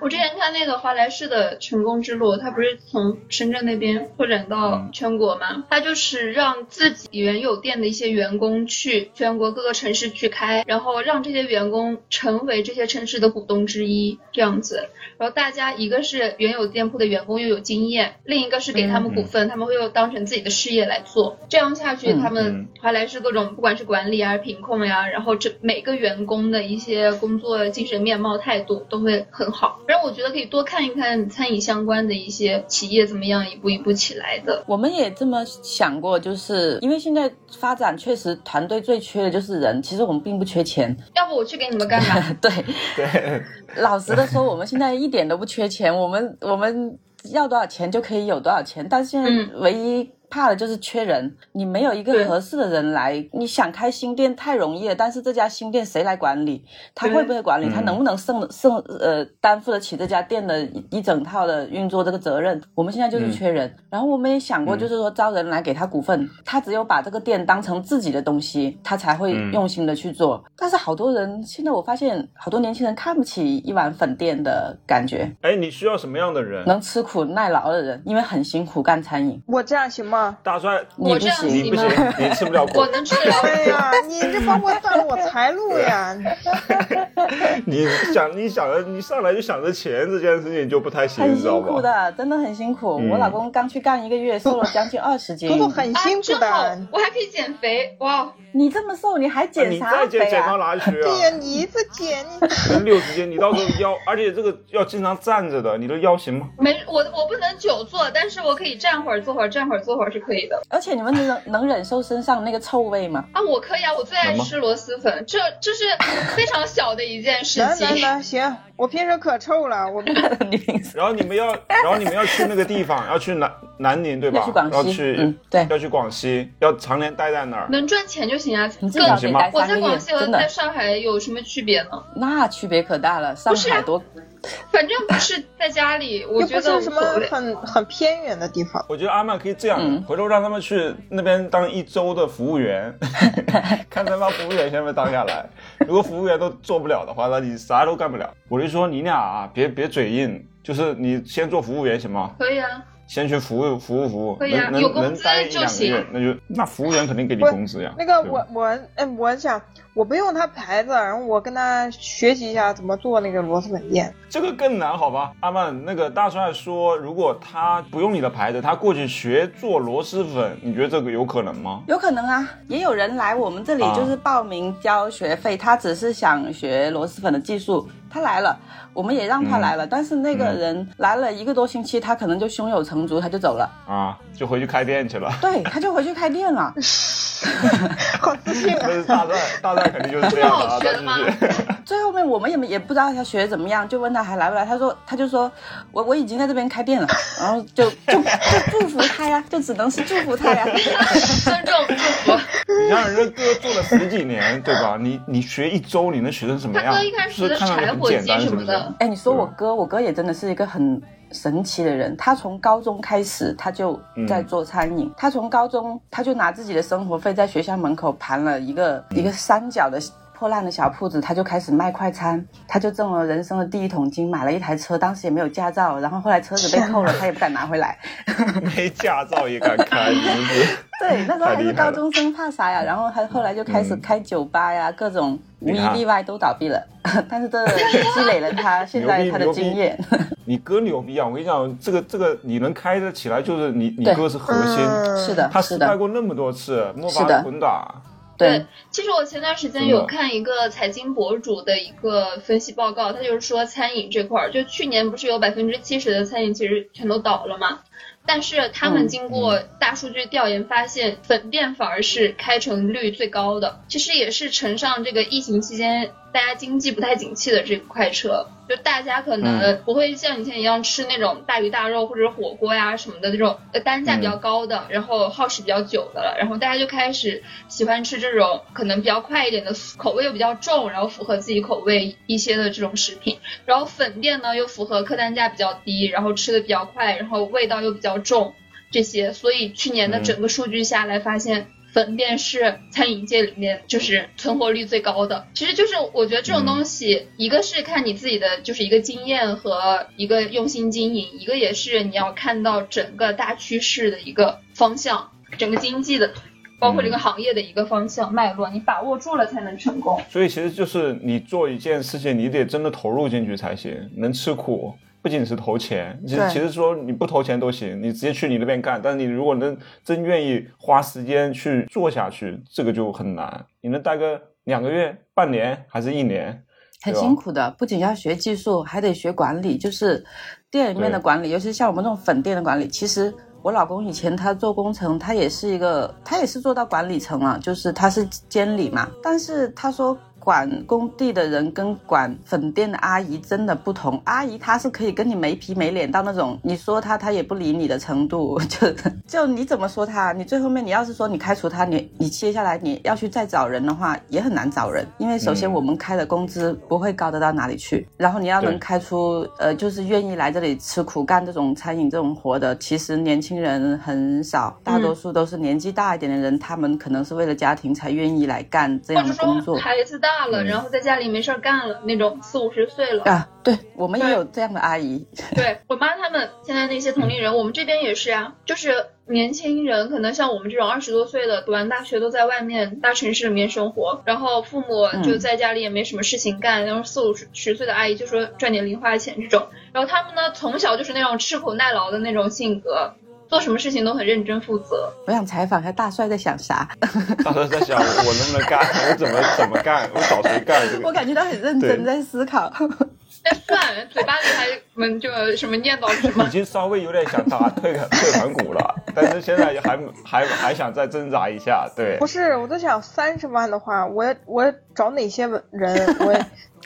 S5: 我之前看那个华莱士的《成功之路》，它不是从深圳那边扩展到全国嘛？它就是让自己原有店的一些员工去全国各个城市去开，然后让这些员工成为这些城市的股东之一，这样子。然后大家一个是原有店铺的员工又有经验，另一个是给他们股份，他们会又当成自己的事业来做。这样下去，
S6: 嗯
S5: 他们
S3: 嗯
S5: 华莱士各种不管是管理啊、品控呀、然后这每个员工的一些工作精神面貌、态度都会很好。然后我觉得可以多看一看餐饮相关的一些企业怎么样一步一步起来的。
S6: 我们也这么想过，就是因为现在发展确实团队最缺的就是人，其实我们并不缺钱。
S5: 要不我去给你们干 嘛？
S6: 对，
S3: 对，
S6: 老实的说，我们现在一点都不缺钱，我们我们要多少钱就可以有多少钱，但是现在
S5: 嗯
S6: 唯一怕的就是缺人，你没有一
S5: 对
S6: 个合适的人来，你想开新店太容易了，但是这家新店谁来管理？他
S5: 对
S6: 会不会管理？
S3: 嗯
S6: 他能不能胜胜呃担负得起这家店的一一整套的运作这个责任？我们现在就是
S3: 嗯
S6: 缺人，然后我们也想过，
S3: 嗯
S6: 就是说招人来给他股份，他只有把这个店当成自己的东西，他才会
S3: 嗯
S6: 用心的去做。但是好多人现在我发现，好多年轻人看不起一碗粉店的感觉，
S3: 哎，你需要什么样的人？
S6: 能吃苦耐劳的人，因为很辛苦干餐饮，
S2: 我这样行吗？
S3: 大帅，
S6: 你
S5: 我
S6: 不
S5: 这样
S6: 行
S3: 你不行
S5: 吗？，
S3: 你吃不了苦
S5: 我，能吃得了
S2: 对哎呀、你这帮我断我财路 呀！
S3: 你想你想着你上来就想着钱这件事情就不太行，
S6: 很
S3: 你知道
S6: 辛苦
S3: 吧？
S6: 的，真的很辛苦。
S3: 嗯
S6: 我老公刚去干一个月，瘦了将近二十斤
S2: 不。过很
S5: 啊
S2: 辛，苦
S5: 正好
S2: 的。
S5: 我还可以减肥哇！
S6: 你这么瘦，你还
S3: 那
S6: 减
S3: 啊你
S6: 啥
S3: 再
S6: 肥
S3: 减减到
S6: 啊？
S3: 哪里去
S2: 对呀、
S3: 啊？
S2: 你一次减，你
S3: 六十斤，你到时候腰，而且这个要经常站着的，你的腰行吗？
S5: 没我我不能久坐，但是我可以站会儿、坐会儿、站会儿、坐会儿是可以的
S6: 而且你们能能忍受身上那个臭味吗？
S5: 啊！我可以啊，我最爱
S3: 能吗
S5: 吃螺蛳粉，这这是非常小的一件事
S2: 能
S5: 情。
S2: 能能，行，我平时可臭了，我
S6: 你平时
S3: 然后你们要，然后你们要去那个地方，要去南南宁对吧？
S6: 要去广西
S3: 要去
S6: 嗯对
S3: 要去广西，要常年待在那儿。
S5: 能赚钱就行啊。
S6: 你至
S5: 各
S6: 少得
S3: 行吧
S6: 待
S5: 我
S6: 三个
S5: 在广
S6: 月，
S5: 西和
S6: 真
S5: 在
S6: 的，
S5: 上海有什么区别呢？
S6: 那区别可大了。上
S5: 不是啊
S6: 海多
S5: 反正不是在家里，我
S2: 又
S5: 觉
S2: 不
S5: 得无
S2: 是什么
S5: 所谓。
S2: 很很偏远的地方。
S3: 我觉得阿曼可以这样，
S6: 嗯
S3: 回头让他们去那边当一周的服务员，看能把服务员先被当下来。如果服务员都做不了的话，那你啥都干不了。我就说你俩啊，别别嘴硬，就是你先做服务员行吗？
S5: 可以啊，
S3: 先去服务服务服务，
S5: 可以啊
S3: 能
S5: 有
S3: 能
S5: 工
S3: 能
S5: 资
S3: 待一
S5: 就
S3: 两个
S5: 行
S3: 月，那就那服务员肯定给你
S2: 不是
S3: 工资呀。
S2: 那个
S3: 对
S2: 我
S3: 吧
S2: 我哎，我想我不用他牌子，然后我跟他学习一下怎么做那个螺蛳粉店。
S3: 这个更难，好吧？阿曼，那个大帅说，如果他不用你的牌子，他过去学做螺蛳粉，你觉得这个有可能吗？
S6: 有可能啊，也有人来我们这里
S3: 啊
S6: 就是报名交学费，他只是想学螺蛳粉的技术，他来了，我们也让他来了，但是那个人来了一个多星期，他可能就胸有成竹，他就走了，
S3: 啊，就回去开店去了。
S6: 对，他就回去开 店了。
S2: 好自 信
S3: 那
S2: 啊！
S3: 是大帅，大帅肯定就是这样的啊，
S5: 这
S3: 但
S5: 么好学
S3: 是不是
S6: 最后面我们也没也不知道他学得怎么样，就问他还来不来，他说他就说我我已经在这边开店了，然后就就就祝福他呀，就只能是祝福他呀。
S5: 尊重祝福。
S3: 你像人家哥做了十几年，对吧？你你学一周，你能学成什么
S5: 他
S3: 样？
S5: 哥一开
S3: 就
S5: 始
S3: 是
S5: 的
S3: 看上去
S5: 柴
S3: 很
S5: 火
S3: 简
S5: 鸡
S3: 单，是
S5: 什
S3: 不
S5: 么
S3: 是？
S5: 的，
S6: 哎，你说我哥，我哥也真的是一个很神奇的人。他从高中开始，他就在做餐
S3: 嗯
S6: 饮。他从高中，他就拿自己的生活费在学校门口盘了一个、
S3: 嗯
S6: 一个三角的破烂的小铺子，他就开始卖快餐，他就挣了人生的第一桶金，买了一台车，当时也没有驾照，然后后来车子被扣 了，他也不敢拿回来。
S3: 没驾照也敢开，是不是？
S6: 对，那时候还
S3: 太
S6: 是
S3: 厉害
S6: 高
S3: 了
S6: 中生，怕啥呀？然后他后来就开始
S3: 嗯
S6: 开酒吧呀，各种无
S3: 你
S6: 一
S3: 看
S6: 例外都倒闭了。 但 是这积累了他现在
S3: 牛逼
S6: 他的
S3: 牛逼
S6: 经验。
S3: 你哥牛逼啊！我跟你讲，这个这个你能开得起来，就是你你
S6: 对
S3: 哥是核心，
S2: 嗯
S6: 是的，
S3: 他
S6: 是
S3: 失
S6: 的
S3: 败，过那么多次，莫
S6: 是
S3: 巴
S6: 的
S3: 滚打。
S6: 对。
S5: 其实我前段时间
S3: 真的
S5: 有看一个财经博主的一个分析报告，他就是说餐饮这块儿，就去年不是有百分之七十的餐饮其实全都倒了嘛，但是他们
S6: 嗯
S5: 经过大数据调研发现，粉店反而是开成率最高的，其实也是乘上这个疫情期间大家经济不太景气的这个快车。就大家可
S6: 嗯
S5: 能不会像以前一样吃那种大鱼大肉或者火锅呀什么的这种呃单价比较高的，然后耗时比较久的了，然后大家就开始喜欢吃这种可能比较快一点的，口味又比较重，然后符合自己口味一些的这种食品。然后粉店呢又符合客单价比较低，然后吃的比较快，然后味道又比较重这些，所以去年的
S3: 嗯
S5: 整个数据下来发现，粉面是餐饮界里面就是存活率最高的。其实就是我
S6: 嗯
S5: 觉得这种东西，一个是看你自己的就是一个经验和一个用心经营，一个也是你要看到整个大趋势的一个方向，整个经济的。包括这个行业的一个方
S6: 嗯
S5: 向脉络，你把握住了才能成功。
S3: 所以其实就是你做一件事情，你得真的投入进去才行，能吃苦。不仅是投钱，其实
S6: 对
S3: 其实说你不投钱都行，你直接去你那边干。但是你如果能真愿意花时间去做下去，这个就很难。你能待个两个月、半年还是一年？
S6: 很
S3: 对吧
S6: 辛苦的，不仅要学技术，还得学管理，就是店里面的
S3: 对
S6: 管理，尤其像我们这种粉店的管理。其实我老公以前他做工程，他也是一个，他也是做到管理层了，就是他是监理嘛。但是他说管工地的人跟管粉店的阿姨真的不同，阿姨她是可以跟你没皮没脸到那种你说她她也不理你的程度， 就就你怎么说她，你最后面你要是说你开除她，你你接下来你要去再找人的话也很难找人，因为首先
S3: 嗯
S6: 我们开的工资不会高得到哪里去，然后你要
S3: 对
S6: 能开出呃就是愿意来这里吃苦干这种餐饮这种活的，其实年轻人很少，大多数都是年纪大一点的人，他们可能是为了家庭才愿意来干这
S5: 或
S6: 样
S5: 者
S6: 的工
S5: 说
S6: 作。
S5: 孩子大了，
S3: 嗯
S5: 然后在家里没事儿干了，那种四五十岁了，
S6: 啊， 对我们也
S5: 对
S6: 有这样的阿姨，
S5: 对我妈他们现在那些同龄人，我们这边也是啊，就是年轻人，可能像我们这种二十多岁的，读完大学都在外面大城市里面生活，然后父母
S6: 嗯
S5: 就在家里也没什么事情干，然后四五十十岁的阿姨就说赚点零花钱这种，然后他们呢从小就是那种吃苦耐劳的那种性格，做什么事情都很认真负责。
S6: 我想采访一下大帅在想啥，
S3: 到时候在想我我能不能干，我怎么怎么干，我找谁干这 个？
S6: 我感觉他很认真
S3: 对
S6: 在思考。
S5: 那算嘴巴里还们就什么念叨什么
S3: 已，经稍微有点想打退退盘股了，但是现在也还还还想再挣扎一下。对
S2: 不，是，我在想三十万的话，我我找哪些人？ 我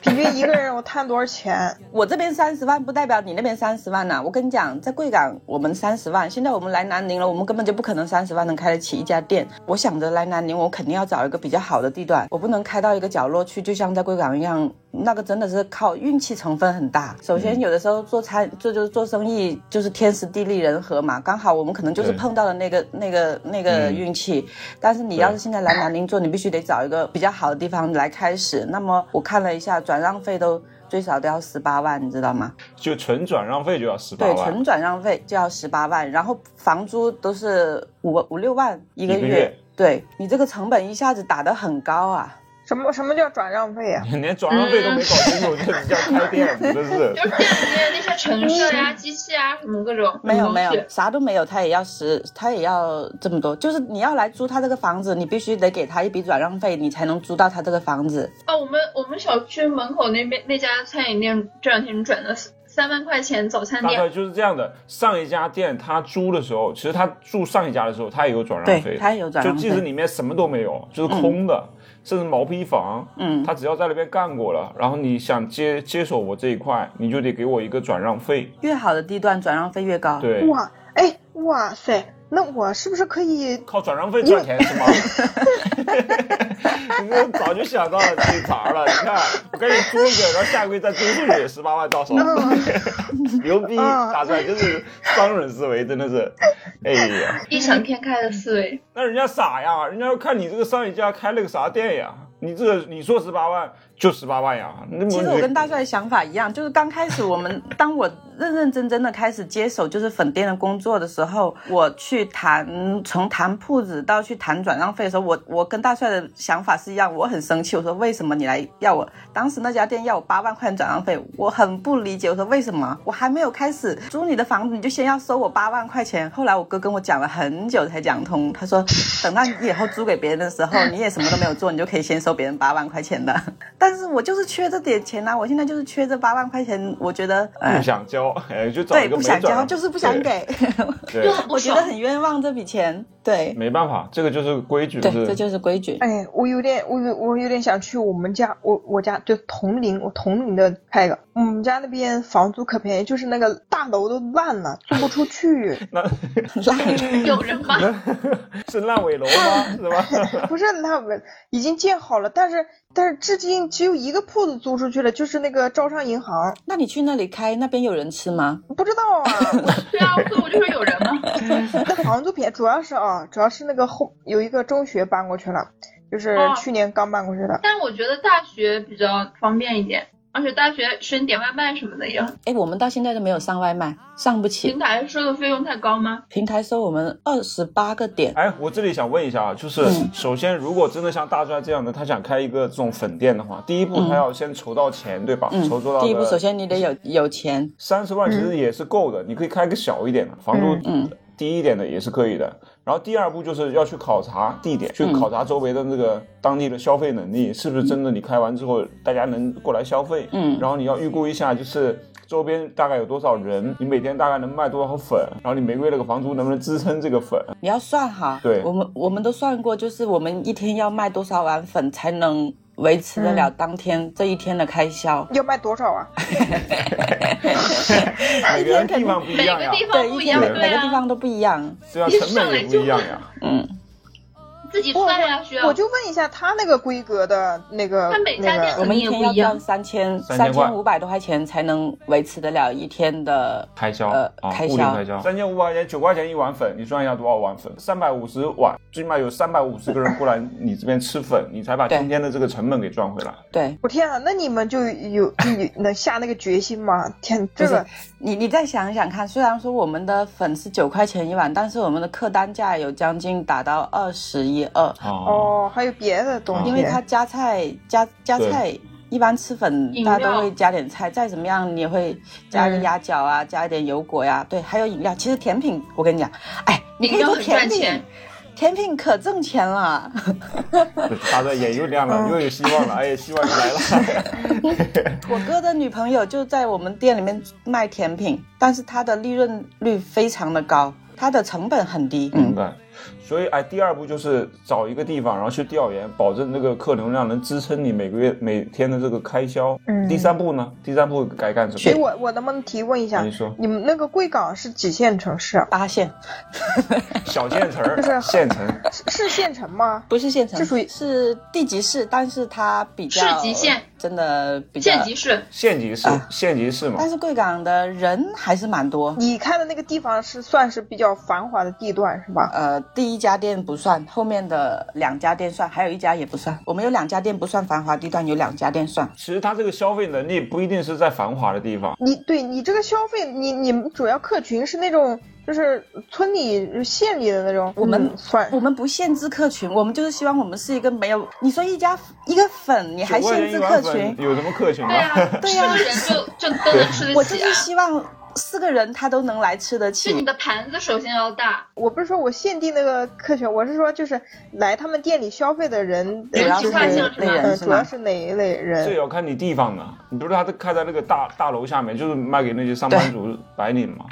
S2: 平均一个人我摊多少钱？
S6: 我这边三十万不代表你那边三十万呐、我跟你讲，在贵港我们三十万，现在我们来南宁了，我们根本就不可能三十万能开得起一家店。我想着来南宁，我肯定要找一个比较好的地段，我不能开到一个角落去，就像在贵港一样，那个真的是靠运气成分很大。首先，有的时候做
S3: 嗯
S6: 餐，这就是做生意，就是天时地利人和嘛，刚好我们可能就是
S3: 对
S6: 碰到了那个那个那个
S3: 嗯
S6: 运气。但是你要是
S3: 对
S6: 现在来南宁做，你必须得找一个比较好的地方来开始。那么我看了一下，转让费都最少都要十八万，你知道吗？
S3: 就纯转让费就要十八
S6: 对，
S3: 万，
S6: 纯转让费就要十八万，然后房租都是五五六万一个
S3: 一个月
S6: 对你这个成本一下子打得很高啊。
S2: 什么什么叫转让费啊？
S3: 连转让费都没搞清楚，就你要开店，真是
S5: 就是店里面那些陈设呀、机器啊什么各种
S6: 嗯没有
S5: 东西
S6: 没有，啥都没有，他也要十，他也要这么多。就是你要来租他这个房子，你必须得给他一笔转让费，你才能租到他这个房子。
S5: 啊，
S4: 哦
S5: 我们我们小区门口那边那家餐饮店这两天转了三万块钱早餐
S3: 大概
S5: 店，
S3: 就是这样的。上一家店他租的时候，其实他住上一家的时候，他也有转让费
S6: 对，
S3: 的，
S6: 他也有转
S3: 就
S6: 让
S3: 即使
S6: 费。
S3: 里面什么都没有，就是空的，甚至毛坯房，
S6: 嗯
S3: 他，只要在那边干过了，然后你想接接手我这一块，你就得给我一个转让费。
S6: 越好的地段转让费越高。
S3: 对，
S2: 哇，哎，哇塞，那我是不是可以？
S3: 靠转让费赚钱是吗？ 你这早就想到了这茬了，你看我跟你租一个，然后下个月再租出去十八万到手， 牛逼！
S2: 嗯
S3: 大帅就是商人思维，真的是，哎呀，
S5: 异想天开的思维。
S3: 那人家傻呀，人家要看你这个上一家开了个啥店呀，你这个你说十八万就十八万呀，那么
S6: 其实我
S3: 你
S6: 跟大帅的想法一样，就是刚开始 我们，当我认认真真的开始接手就是粉店的工作的时候，我去谈从谈铺子到去谈转让费的时候，我我跟大帅的想法是一样，我很生气，我说为什么你来要我？当时那家店要我八万块钱转让费，我很不理解，我说为什么我还没有开始租你的房子，你就先要收我八万块钱？后来我哥跟我讲了很久才讲通，他说等到你以后租给别人的时候，你也什么都没有做，你就可以先收别人八万块钱的。但是我就是缺这点钱呐、啊我现在就是缺这八万块钱，我觉得，
S3: 不
S6: 哎，
S3: 想交，哎，就找
S6: 对，
S3: 一个
S6: 不
S3: 没
S6: 想
S3: 转
S6: 交，
S3: 让，
S6: 就是不想
S3: 对，
S6: 给，
S3: 对，
S6: 我觉得很冤枉这笔钱，对，
S3: 没办法，这个就是规矩，
S6: 对，
S3: 是。
S6: 这就是规矩。
S2: 哎，我有点，我有我有点想去我们家，我我家就同龄，我同龄的开一个，我们家那边房租可便宜，就是那个大楼都烂了，租不出去
S3: 那
S6: 烂
S4: 有人吗？
S3: 是烂尾楼吗？是吧？
S2: 不是那我已经建好了，但是但是至今只有一个铺子租出去了，就是那个招商银行。
S6: 那你去那里开，那边有人吃吗？
S2: 不知道啊，
S4: 对啊，所以我就说有人吗？
S2: 那房租便宜，主要是啊，主要是那个后有一个中学搬过去了，就是
S4: 哦
S2: 去年刚搬过去的。
S4: 但我觉得大学比较方便一点，而且大学生点外卖什么的也很。
S6: 哎，我们到现在都没有上外卖，上不
S4: 平
S6: 起。
S4: 台收的费用太高吗？
S6: 平台收我们二十八个点，
S3: 哎，我这里想问一下啊，就是
S6: 嗯
S3: 首先，如果真的像大帅这样的，他想开一个这种粉店的话，第一步
S6: 嗯
S3: 他要先筹到钱，对吧？
S6: 嗯
S3: 筹筹到，
S6: 第一步首先你得有有钱，
S3: 三十万其实也是够的，你可以开个小一点的，房租
S6: 嗯
S3: 低一点的也是可以的。然后第二步就是要去考察地点，去
S6: 嗯
S3: 考察周围的那个当地的消费能力，是不是真的你开完之后大家能过来消费？
S6: 嗯
S3: 然后你要预估一下就是。周边大概有多少人？你每天大概能卖多少粉？然后你每个月那个房租能不能支撑这个 粉？
S6: 你要算哈。
S3: 对
S6: 我们我们都算过，就是我们一天要卖多少碗粉才能维持得了当天这一天的开销。
S2: 要卖多少啊？
S3: 每个人地方不一
S4: 每
S3: 样
S4: 个
S3: 呀，
S4: 地方
S6: 对，
S4: 不
S6: 一
S4: 一
S6: 天
S4: 样，
S6: 每
S3: 对
S6: 每个地
S4: 啊，
S6: 方都不一样。
S3: 对啊，成本也不一样呀。
S6: 嗯，
S4: 自己
S2: 我
S4: 算呀，需要。
S2: 我就问一下他那个规格的那个
S4: 他每家
S2: 那
S4: 店
S6: 我
S2: 个，
S6: 们一天要赚三千
S3: 3000
S6: 三
S3: 块
S6: 千五百多块钱才能维持得了一天的
S3: 开销
S6: 呃
S3: 啊，
S6: 开
S3: 固定
S6: 销
S3: 开销，三千五百块钱，九块钱一碗粉，你算一下多少碗粉？三百五十碗，最起码有三百五十个人过来你这边吃粉，你才把
S6: 对
S3: 今天的这个成本给赚回来。
S6: 对。
S2: 我天啊，那你们就有就有能下那个决心吗？天，这
S6: 就是
S2: 个
S6: 你，你再想一想看，虽然说我们的粉是九块钱一碗，但是我们的客单价有将近达到二十一二，
S3: 哦，
S2: 哦，还有别的东西，
S6: 因为它加菜加加菜，一般吃粉
S4: 饮料
S6: 大家都会加点菜，再怎么样你也会加个鸭脚啊，加一点油果呀、对，还有饮料。其实甜品，我跟你讲，哎，你可以
S4: 饮料
S6: 做
S4: 很
S6: 甜
S4: 赚
S6: 品
S4: 钱，
S6: 甜品可挣钱了。
S3: 他的眼又亮
S6: 哦
S3: 了，
S2: 嗯
S3: 又有希望了，哎，希望又来了。
S6: 我哥的女朋友就在我们店里面卖甜品，但是她的利润率非常的高，她的成本很低。嗯
S3: 明，白。嗯所以，哎，第二步就是找一个地方，然后去调研，保证这个客流量能支撑你每个月每天的这个开销。
S2: 嗯
S3: 第三步呢？第三步该干什
S2: 哎，
S3: 么？
S2: 我我能不能提问一下
S3: 你说，
S2: 你们那个贵港是几线城市啊？
S6: 八线
S3: 小县 城
S2: 就，是
S3: 县城，
S2: 是是县城吗？
S6: 不是县城，
S2: 是属于
S6: 是地级市，但是它比较
S4: 市级县，
S6: 真的比较
S4: 县级。市
S3: 县级市
S6: 啊，
S3: 县级市嘛
S6: 但。是贵港的人还是蛮多。
S2: 你看的那个地方是算是比较繁华的地段是吧？
S6: 呃，第一家店不算，后面的两家店算，还有一家也不算。我们有两家店不算繁华地段，有两家店算。
S3: 其实他这个消费能力不一定是在繁华的地方，
S2: 你对你这个消费，你你们主要客群是那种就是村里县里的那种，
S6: 我们
S2: 嗯算
S6: 我们不限制客群，我们就是希望我们是一个没有你说一家一个粉，你还
S3: 9块钱
S6: 限制
S3: 一
S6: 客
S3: 碗
S6: 群
S3: 粉，有什么客群
S4: 对呀、
S3: 啊？
S6: 对呀
S4: 是不是人就就都能吃
S6: 我
S4: 得
S6: 就
S4: 起
S6: 是
S4: 啊？
S6: 希望四个人他都能来吃得
S4: 就你
S6: 起。
S4: 的盘子首先要大，
S2: 我不是说我限定那个客群，我是说就是来他们店里消费的人，
S6: 主要
S2: 呃
S6: 是
S2: 就
S4: 哪一
S2: 是
S4: 类人
S2: 呃
S6: 嗯是
S2: 主
S6: 吗
S2: 要是哪一类
S3: 这也
S2: 人？
S3: 要看你地方的，你比如说他开在那个大大楼下面，就是卖给那些上班族白领嘛。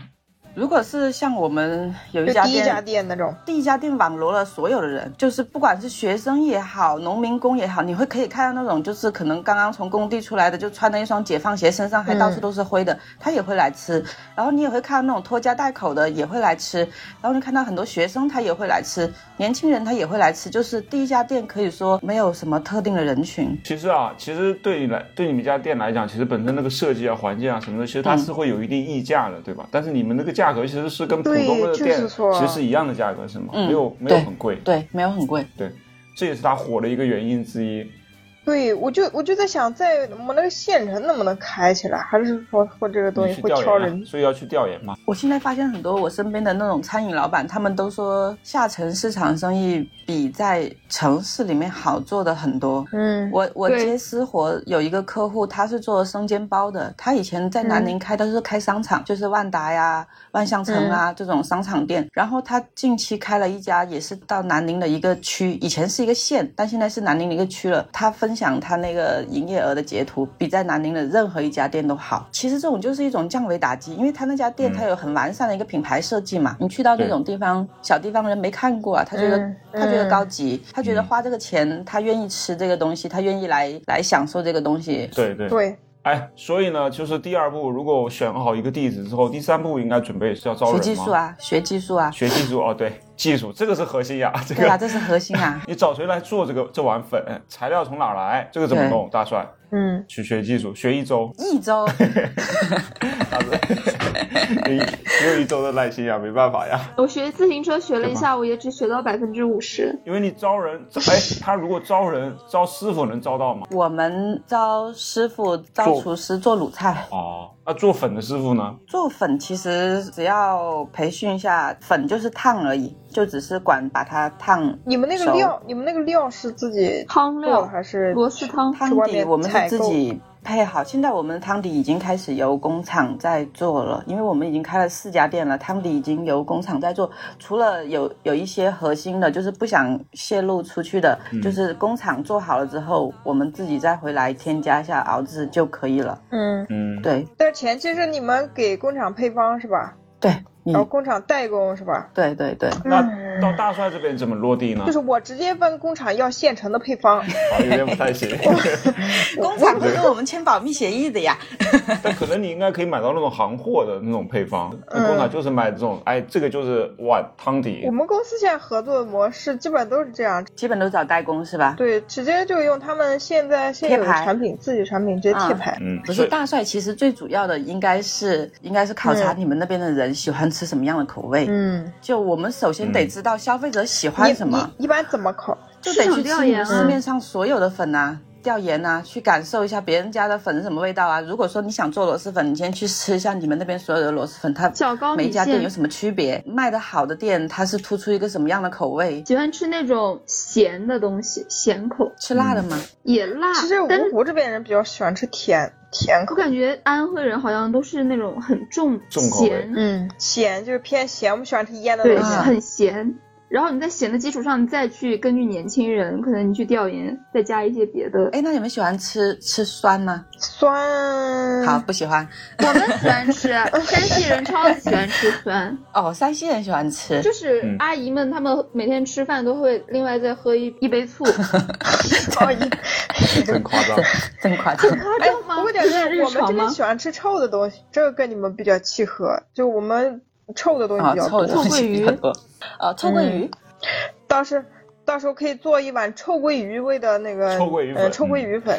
S6: 如果是像我们有一
S2: 就
S6: 家
S2: 第一家
S6: 店，
S2: 店那种，
S6: 第一家店网罗了所有的人，就是不管是学生也好，农民工也好，你会可以看到那种就是可能刚刚从工地出来的，就穿了一双解放鞋，身上还到处都是灰的，
S2: 嗯
S6: 他也会来吃。然后你也会看到那种拖家带口的也会来吃，然后你看到很多学生他也会来吃，年轻人他也会来吃。就是第一家店可以说没有什么特定的人群，
S3: 其实啊，其实对你来对你们家店来讲，其实本身那个设计啊、环境啊什么的，其实它
S6: 嗯
S3: 是会有一定溢价的，对吧？但是你们那个价格其实是跟普
S2: 对
S3: 通的
S2: 就是
S3: 店
S2: 说
S3: 其实是一样的价格，是吗？
S6: 嗯
S3: 没有没有
S6: 对
S3: 很贵，
S6: 对，没有很贵。
S3: 对，这也是它火的一个原因之一。
S2: 对，我就我就在想，在我们那个县城能不能开起来，还是说或这个东
S3: 你
S2: 西
S3: 去
S2: 会
S3: 调
S2: 挑
S3: 研啊，
S2: 人？
S3: 所以要去调研嘛。
S6: 我现在发现很多我身边的那种餐饮老板，他们都说下沉市场生意比在城市里面好做的很多。
S2: 嗯，
S6: 我我
S4: 对
S6: 接私活有一个客户，他是做生煎包的，他以前在南宁开的是开商场，就是万达呀、万象城啊、这种商场店。然后他近期开了一家，也是到南宁的一个区，以前是一个县，但现在是南宁的一个区了。他分享他那个营业额的截图，比在南宁的任何一家店都好。其实这种就是一种降维打击，因为他那家店
S3: 嗯
S6: 他有很完善的一个品牌设计嘛，你去到这
S3: 对
S6: 种地方小地方人没看过啊，他觉得、
S2: 嗯
S6: 他觉
S2: 嗯
S6: 得高级，他觉得
S3: 嗯
S6: 花这个钱，他愿意吃这个东西，他愿意来来享受这个东西。
S3: 对对
S2: 对，
S3: 哎，所以呢，就是第二步，如果我选好一个地址之后，第三步应该准备是要招人
S6: 学
S3: 吗？
S6: 技术，啊，学技术啊，
S3: 学技术哦，对，技术这个是核心呀、这
S6: 对吧？啊
S3: 个
S6: 这是核心
S3: 。
S6: 啊
S3: 你找谁来做这个这碗粉？哎材料从哪儿来？这个怎么
S6: 对
S3: 弄？大蒜
S2: 嗯，
S3: 去学技术，学一周，
S6: 一周，
S3: 大蒜只有一 周的耐心呀，没办法呀。
S5: 我学自行车学了一下午，也只学到百分之五十。
S3: 因为你招人，哎，他如果招人，招师傅能招到 吗？
S6: 我们招师傅、招
S3: 做
S6: 厨师做卤菜、
S3: 哦，那做粉的师傅呢？
S6: 做粉，其实只要培训一下，粉就是烫而已，就只是管把它烫。
S2: 你们那个
S6: 熟
S2: 料，你们那个料是自己
S5: 汤
S2: 做的
S5: 料、
S2: 还是
S5: 螺丝汤
S2: 是
S6: 汤
S2: 外
S6: 底
S2: 面
S6: 我们
S2: 采
S6: 是自
S2: 购
S6: 己配好，现在我们汤底已经开始由工厂在做了，因为我们已经开了四家店了，汤底已经由工厂在做。除了有有一些核心的，就是不想泄露出去的，
S3: 嗯
S6: 就是工厂做好了之后，我们自己再回来添加一下熬制就可以了。
S2: 嗯，
S3: 嗯，
S6: 对
S2: 但是前期是你们给工厂配方是吧？
S6: 对，你
S2: 然后工厂代工是吧？
S6: 对对对，
S3: 那到大帅这边怎么落地呢
S2: 就？是我直接问工厂要现成的配方，
S3: 好像有点不太 行，
S6: 工厂会跟我们签保密协议的呀。
S3: 但可能你应该可以买到那种行货的那种配方，
S2: 嗯
S3: 工厂就是卖这种，哎，这个就是碗汤底
S2: 我，们公司现在合作的模式基本都是这样，
S6: 基本都找代工是吧？
S2: 对，直接就用他们现在现有的
S6: 贴牌
S2: 产品，自己产品直接贴
S6: 嗯
S2: 牌。
S3: 嗯，
S6: 不
S3: 所
S6: 是
S3: 以
S6: 大帅，其实最主要的应该是应该是考察
S2: 嗯
S6: 你们那边的人喜欢吃什么样的口味。
S2: 嗯，
S6: 就我们首先得知道消费者喜
S2: 你
S6: 欢什么，
S2: 你一般怎么烤？
S6: 就得
S5: 市
S6: 去
S5: 场调研
S6: 吃
S5: 啊
S6: 市面上所有的粉啊，调研啊，去感受一下别人家的粉是什么味道啊。如果说你想做螺蛳粉，你先去吃一下你们那边所有的螺蛳粉，它
S5: 小高
S6: 每
S5: 米
S6: 一家店有
S5: 线。
S6: 什么区别，卖的好的店它是突出一个什么样的口味，
S5: 喜欢吃那种咸的东西，咸口
S6: 吃辣的吗？
S5: 也辣
S2: 其实，
S5: 但
S2: 芜
S5: 是
S2: 湖这边人比较喜欢吃甜甜
S5: 我
S2: 口，
S5: 感觉安徽人好像都是那种很重
S3: 重口味
S5: 咸
S2: 嗯，咸就是偏咸，我们喜欢吃腌的
S5: 对，
S2: 东
S6: 啊
S2: 西。
S5: 很咸。然后你在咸的基础上，你再去根据年轻人，可能你去调研，再加一些别的。
S6: 哎，那你们喜欢吃吃酸吗？
S5: 嗯
S2: 酸，
S6: 好， 不喜欢
S5: 我们喜欢吃，啊山西人超级喜欢吃酸，
S6: 哦，山西人喜欢吃
S5: 就，是
S3: 嗯
S5: 阿姨们她们每天吃饭都会另外再喝一一杯 醋，啊
S2: 哦，一
S3: 很夸张，
S6: 真夸张。
S2: 哎，
S5: 道吗
S2: 不过点
S5: 这是
S2: 是
S5: 日
S2: 我们
S5: 常
S2: 这边
S5: 吗
S2: 喜欢吃臭的东西，这个跟你们比较契合，就我们臭的东西
S6: 啊，
S2: 比较
S6: 臭
S2: 多。
S6: 的东
S5: 臭鳜
S6: 西
S5: 鱼
S6: 比较多。哦，臭鳜鱼，
S2: 到时到时候可以做一碗臭鳜鱼味的那个
S3: 臭鳜鱼
S2: 呃
S3: 粉嗯
S2: 臭鳜鱼粉，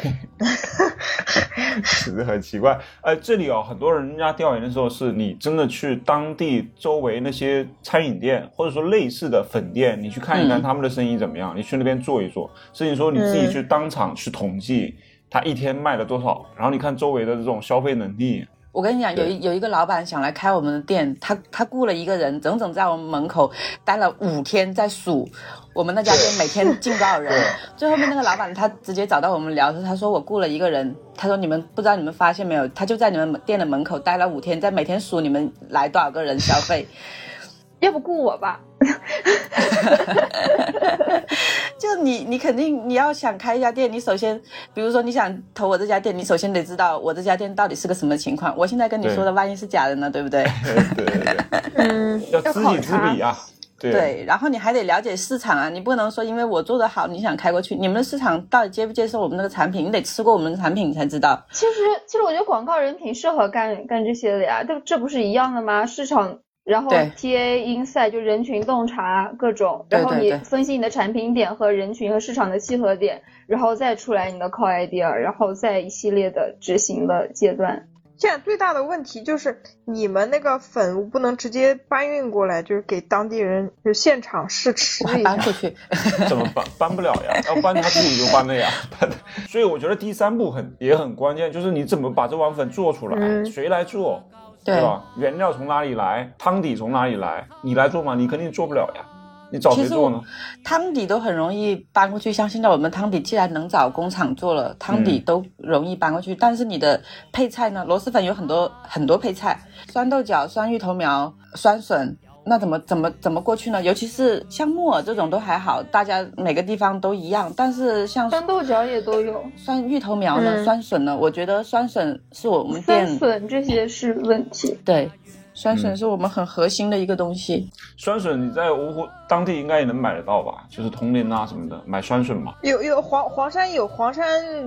S3: 只是很奇怪。呃，这里哦，很多人家调研的时候，是你真的去当地周围那些餐饮店，或者说类似的粉店，你去看一看
S6: 嗯
S3: 他们的生意怎么样，你去那边做一做，甚至说你自己去当场去统计。他一天卖了多少？然后你看周围的这种消费能力，
S6: 我跟你讲，有一有一个老板想来开我们的店，他他雇了一个人，整整在我们门口待了五天，在数我们那家店每天进多少人。 最后面那个老板他直接找到我们聊，他说我雇了一个人，他说你们不知道你们发现没有，他就在你们店的门口待了五天，在每天数你们来多少个人消费。
S5: 要不雇我 吧？
S6: 就你，你肯定你要想开一家店，你首先，比如说你想投我这家店，你首先得知道我这家店到底是个什么情况。我现在跟你
S3: 对
S6: 说的，万一是假的呢，对不对？
S3: 对对对，
S2: 嗯，
S3: 要知己知彼啊，对
S6: 对，然后你还得了解市场啊，你不能说因为我做的好，你想开过去，你们的市场到底接不接受我们那个产品，你得吃过我们的产品你才知道。
S5: 其实，其实我觉得广告人挺适合干干这些的呀，这这不是一样的吗？市场，然后
S6: 对
S5: TA insight 就人群洞察啊各种，
S6: 对
S5: 然后
S6: 对
S5: 你
S6: 对
S5: 分析你的产品点和人群和市场的契合点，然后再出来你的 call idea，然后再一系列的执行的阶段。
S2: 现在最大的问题就是你们那个粉不能直接搬运过来，就是给当地人就现场试吃
S6: 我还
S2: 一
S6: 搬
S2: 下。
S6: 出去，
S3: 怎么搬搬不了呀？要搬他自己就搬了呀。搬所以我觉得第三步很也很关键，就是你怎么把这碗粉做出来，
S2: 嗯
S3: 谁来做，
S6: 对
S3: 吧？原料从哪里来，汤底从哪里来，你来做吗？你肯定做不了呀。你找谁做呢？
S6: 汤底都很容易搬过去，像现在我们汤底既然能找工厂做了，汤底都容易搬过去。但是你的配菜呢？螺蛳粉有很多很多配菜，酸豆角、酸芋头苗、酸笋，那怎么怎么怎么过去呢？尤其是像木耳这种都还好，大家每个地方都一样。但是像
S5: 酸豆角也都有，
S6: 酸芋头苗呢、
S2: 嗯
S6: 酸笋呢，我觉得酸笋是我们
S5: 酸
S6: 店
S5: 笋这些是问题。
S6: 对。酸笋
S3: 嗯
S6: 是我们很核心的一个东西。
S3: 酸笋你在芜湖当地应该也能买得到吧？就是铜陵啊什么的，买酸笋嘛。
S2: 有有黄黄山有黄山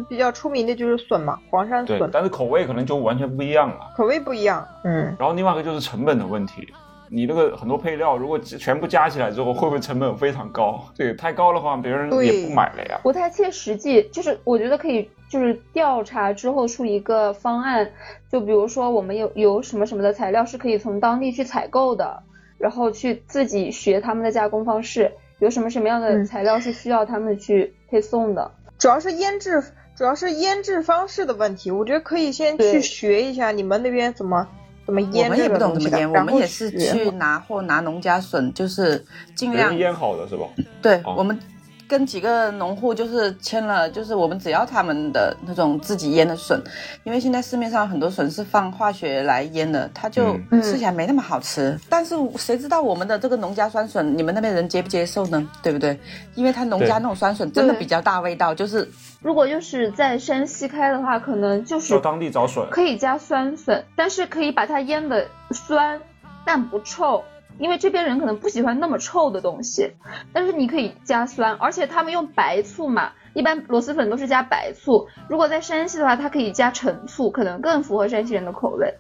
S2: 比较出名的就是笋嘛，黄山
S3: 对
S2: 笋，
S3: 但是口味可能就完全不一样了。
S2: 口味不一样。嗯，
S3: 然后另外一个就是成本的问题，你那个很多配料如果全部加起来之后，会不会成本非常高？对，太高的话别人也
S2: 对
S3: 不买了呀。
S5: 不太切实际，就是我觉得可以就是调查之后出一个方案，就比如说我们有有什么什么的材料是可以从当地去采购的，然后去自己学他们的加工方式，有什么什么样的
S2: 嗯
S5: 材料是需要他们去配送的。
S2: 主要是腌制，主要是腌制方式的问题，我觉得可以先
S5: 对
S2: 去学一下你们那边怎么怎么
S6: 我
S2: 腌
S6: 们
S2: 这
S6: 也不
S2: 个
S6: 懂
S2: 东西
S6: 怎么
S2: 的，
S6: 腌，我
S2: 然
S6: 们
S2: 后
S6: 也是
S2: 学
S6: 去拿货拿农家笋，就是尽
S3: 别
S6: 量
S3: 人腌好的是吧？
S6: 对，
S3: 哦
S6: 我们跟几个农户就是签了，就是我们只要他们的那种自己腌的笋，因为现在市面上很多笋是放化学来腌的，它就
S2: 嗯
S6: 吃起来没那么好吃。但是谁知道我们的这个农家酸笋，你们那边人接不接受呢？对不对？因为它农家
S3: 对
S6: 那种酸笋真的
S5: 对
S6: 比较大味道，就是
S5: 如果就是在山西开的话，可能就是
S3: 到当地找笋。
S5: 可以加酸笋，但是可以把它腌的酸但不臭，因为这边人可能不喜欢那么臭的东西，但是你可以加酸，而且他们用白醋嘛，一般螺蛳粉都是加白醋，如果在山西的话，它可以加陈醋，可能更符合山西人的口味。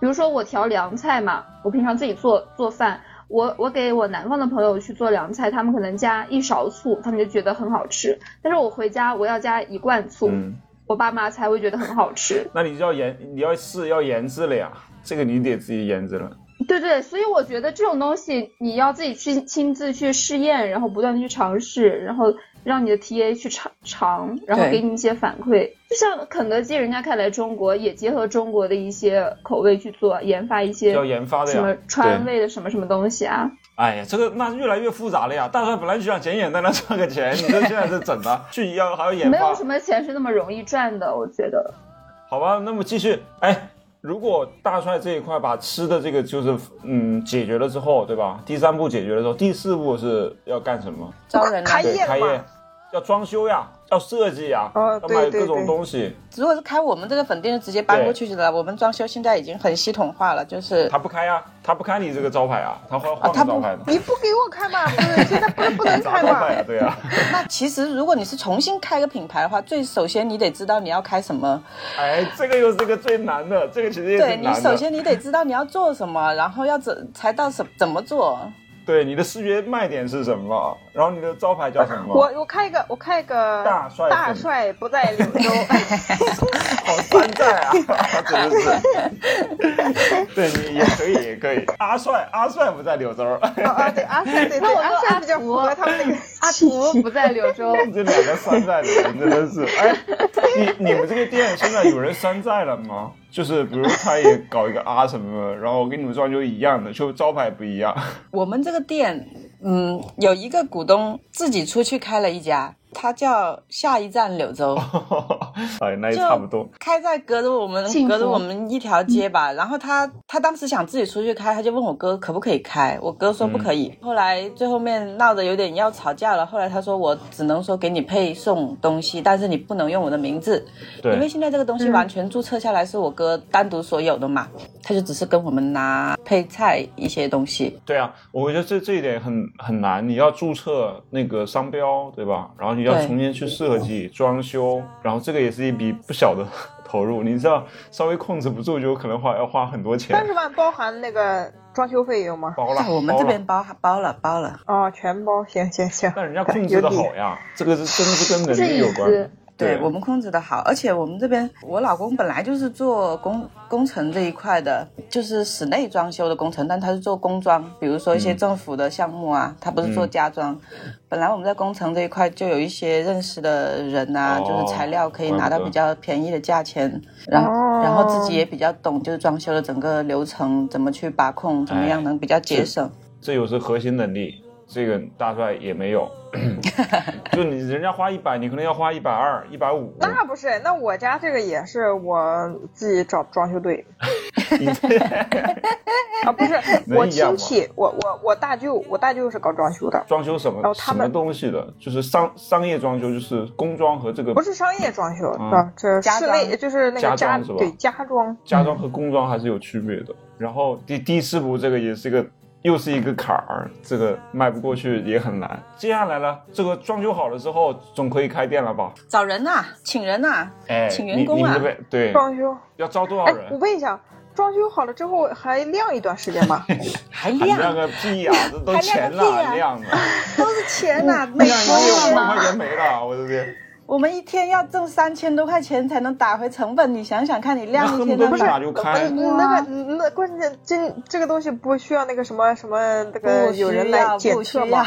S5: 比如说我调凉菜嘛，我平常自己做做饭。我我给我南方的朋友去做凉菜，他们可能加一勺醋，他们就觉得很好吃。但是我回家我要加一罐醋，
S3: 嗯，
S5: 我爸妈才会觉得很好吃。
S3: 那你就要研，你要试要研制了呀，这个你得自己研制了。
S5: 对对，所以我觉得这种东西你要自己去亲自去试验，然后不断的去尝试，然后让你的 TA 去尝尝，然后
S6: 对
S5: 给你一些反馈。就像肯德基，人家开来中国也结合中国的一些口味去做研发一些
S3: 要研发的
S5: 什么
S3: 呀。
S5: 川
S3: 对
S5: 味的什么什么东西啊。
S3: 哎呀，这个那越来越复杂了呀。大帅本来就想简简单单赚个钱，你这现在是整的，去要还要研
S5: 没
S3: 发
S5: 有，什么钱是那么容易赚的，我觉得。
S3: 好吧？那么继续，哎。如果大帅这一块把吃的这个就是嗯解决了之后，对吧？第三步解决了之后，第四步是要干什么？
S6: 招人来
S2: 开
S3: 对，
S2: 业了
S3: 开业
S2: 嘛，
S3: 要装修呀，要设计呀，
S2: 哦
S3: 要
S2: 对
S3: 买
S2: 对
S3: 各种
S2: 对
S3: 东西。
S6: 如果是开我们这个粉店，就直接搬过去了。我们装修现在已经很系统化了，就是
S3: 他不开呀，他不开你这个招牌啊，他换
S6: 啊
S3: 换
S6: 他
S3: 个招
S6: 不
S3: 牌嘛，
S2: 你不给我开嘛？不是，现在不是不 能
S3: 砸
S2: 开
S3: 招牌呀
S2: 嘛？，
S3: 对啊呀。
S6: 那其实如果你是重新开个品牌的话，最首先你得知道你要开什么，
S3: 哎，这个又是个最难的，这个其实也
S6: 对
S3: 挺
S6: 你
S3: 难的。
S6: 首先你得知道你要做什么，然后要怎才到什怎么做。
S3: 对你的视觉卖点是什么，然后你的招牌叫什么？
S2: 我我开一个，我开一个
S3: 大帅
S2: 大
S3: 粉
S2: 帅不在柳 州，
S3: 好山寨啊，真的是。对你也可以，也可以。阿帅，阿帅不在柳州，
S2: 啊啊对，阿帅对
S5: 那
S2: 对，
S5: 我
S2: 阿
S5: 说
S2: 帅比较
S5: 阿
S2: 符合他们那个
S5: 阿图不在柳州，
S3: 这两个山寨的人真的是。哎，你你们这个店现在有人山寨了吗？就是比如他也搞一个阿什么，然后跟你们装修一样的，就招牌不一样。
S6: 我们这个店，嗯，有一个股东自己出去开了一家，他叫下一站柳州。
S3: 哎，那也
S6: 就
S3: 差不多。
S6: 开在隔着我们
S5: 幸福嗯
S6: 隔着我们一条街吧。然后他他当时想自己出去开，他就问我哥可不可以开，我哥说不可
S5: 嗯
S6: 以。后来最后面闹得有点要吵架了，后来他说我只能说给你配送东西，但是你不能用我的名字，因为现在这个东西完全注册下来是我哥单独所有的嘛，
S5: 嗯
S6: 他就只是跟我们拿配菜一些东西。
S3: 对啊，我觉得这这一点很很难，你要注册那个商标，对吧？然后你要
S6: 对
S3: 重新去设计、装修，然后这个也是一笔不小的 投入，你知道，稍微控制不住就可能花要花很多钱
S2: 三，十万包含那个装修费用吗？
S3: 包了
S6: 在，我们这
S3: 包了。
S6: 边包包了包了，
S2: 哦，全包，行行行。
S3: 但人家控制
S2: 有
S3: 的好
S2: 理
S3: 呀，这个是真的是跟
S5: 这
S3: 能力
S5: 椅
S3: 有
S5: 子
S3: 关。
S6: 对我们控制的好，而且我们这边我老公本来就是做工工程这一块的，就是室内装修的工程，但他是做工装，比如说一些
S3: 嗯
S6: 政府的项目啊，他不是做
S3: 嗯
S6: 家装。本来我们在工程这一块就有一些认识的人啊，
S3: 哦
S6: 就是材料可以
S3: 怪不
S6: 拿到
S3: 得
S6: 比较便宜的价钱，然后、然后自己也比较懂，就是装修的整个流程怎么去把控，怎么样
S3: 哎
S6: 能比较节
S3: 是
S6: 省。
S3: 这又是核心能力，这个大帅也没 有。就你人家花一百，你可能要花一百二、一百五。
S2: 那不是，那我家这个也是我自己找装修队，
S3: 你这
S2: 啊，不是
S3: 能
S2: 我
S3: 一样吗
S2: 亲
S3: 嗯
S2: 戚，我我我大舅，我大舅是搞装修的，
S3: 装修什么、
S2: 哦
S3: 什
S2: 他
S3: 么
S2: 们
S3: 东西的，就是商商业装修，就是工装和这个
S2: 不是商业装修，
S3: 嗯
S2: 是吧？这
S6: 家
S2: 室内
S6: 装
S2: 就是那
S3: 家
S2: 个
S3: 装
S2: 家
S3: 是吧
S2: 对家装，
S3: 家装和工装还是有区别的。然后第第四步这个也是一个又是一个坎儿，这个迈不过去也很难。接下来呢，这个装修好了之后，总可以开店了吧？
S6: 找人呐、请人呐、
S3: 哎，
S6: 请
S3: 你
S6: 员工
S3: 你
S6: 啊
S3: 们这边对，
S2: 装修。
S3: 要招多少
S2: 哎，我
S3: 人？
S2: 问一下，装修好了之后还晾一段时间 吗？
S3: 还
S6: 还
S3: 亮
S6: 亮，
S3: 个屁 呀、这都
S6: 还
S3: 钱
S6: 亮个
S3: 呐、还
S6: 屁呀
S3: 亮呢，
S6: 都是钱啊呐、每
S3: 亮一
S6: 天
S3: 个五万
S5: 了吗
S3: 块钱没了，我这边
S6: 我们一天要挣三千多块钱才能打回成本，你想想看，你
S3: 那
S6: 亮一
S3: 恨不
S6: 天
S3: 得
S6: 能
S3: 立马
S6: 打
S3: 就
S2: 哎
S3: 开。
S2: 那个那关键这这个东西不需要那个什么什么那个
S6: 不
S2: 有人
S6: 需
S2: 来
S6: 要，
S2: 检
S6: 不需
S2: 测
S6: 要
S2: 吗？，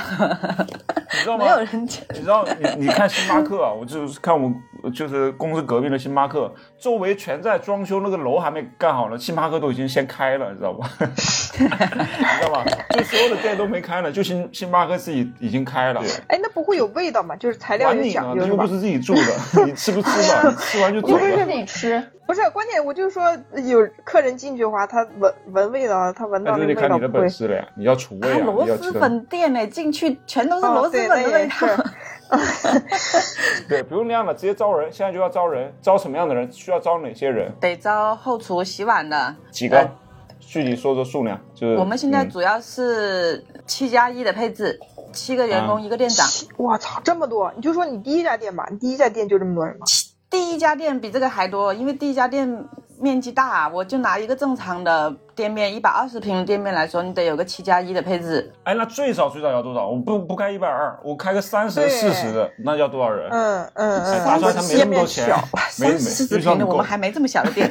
S3: 你 知道吗
S6: 没有人检。
S3: 你知道，你你看星巴克啊，我就是看我就是公司隔壁的星巴克，周围全在装修，那个楼还没干好呢，星巴克都已经先开了，你知道吧？ 你知道吧？就所有的店都没开呢，就星星巴克自己已经开了。
S2: 哎，那不会有味道吗？就是材料
S3: 管
S2: 有
S3: 你呢
S2: 讲，
S3: 你
S2: 究是
S3: 又不
S2: 吧？
S3: 是自己住的，你吃不吃 吧？吃完就走
S5: 你不是
S3: 了。
S5: 自己吃，
S2: 不是，关键我就说有客人进去的话，他闻闻味道，他闻
S3: 那
S2: 到
S3: 就
S2: 那
S3: 哎得
S2: 个味
S3: 看
S2: 道
S3: 你的
S2: 不
S3: 本
S2: 会。
S3: 事了呀！你要厨卫
S6: 啊，
S3: 啊，
S6: 螺
S3: 你要吃
S6: 蛳
S3: 的。
S6: 粉店呢，进去全都是
S2: 哦
S6: 螺蛳
S2: 对
S6: 粉
S2: 那
S6: 的味
S2: 也
S6: 道。
S2: 是
S3: 对，不用亮了，直接招人，现在就要招人，招什么样的人？需要招哪些人？
S6: 得招后厨、洗碗的。
S3: 几个
S6: 呃？
S3: 具体说说数量，就是
S6: 我们现在
S3: 嗯
S6: 主要是七加一的配置，七个
S3: 啊
S6: 员工，一个店长。
S2: 我操，这么多！你就说你第一家店吧，你第一家店就这么多人吗？
S6: 第一家店比这个还多，因为第一家店面积大，我就拿一个正常的店面一百二十平的店面来说，你得有个七加一的配置。
S3: 哎，那最少最少要多少？我不不开一百二，我开个三十、
S2: 对
S3: 四十的，那要多少人？
S2: 嗯嗯
S3: 哎大
S2: 嗯，
S3: 帅他没那么多钱
S2: 小，
S3: 没没
S6: 呃三四十
S3: 预算
S6: 平的，
S3: 不
S6: 我
S3: 够
S6: 们。还没这么 小的店。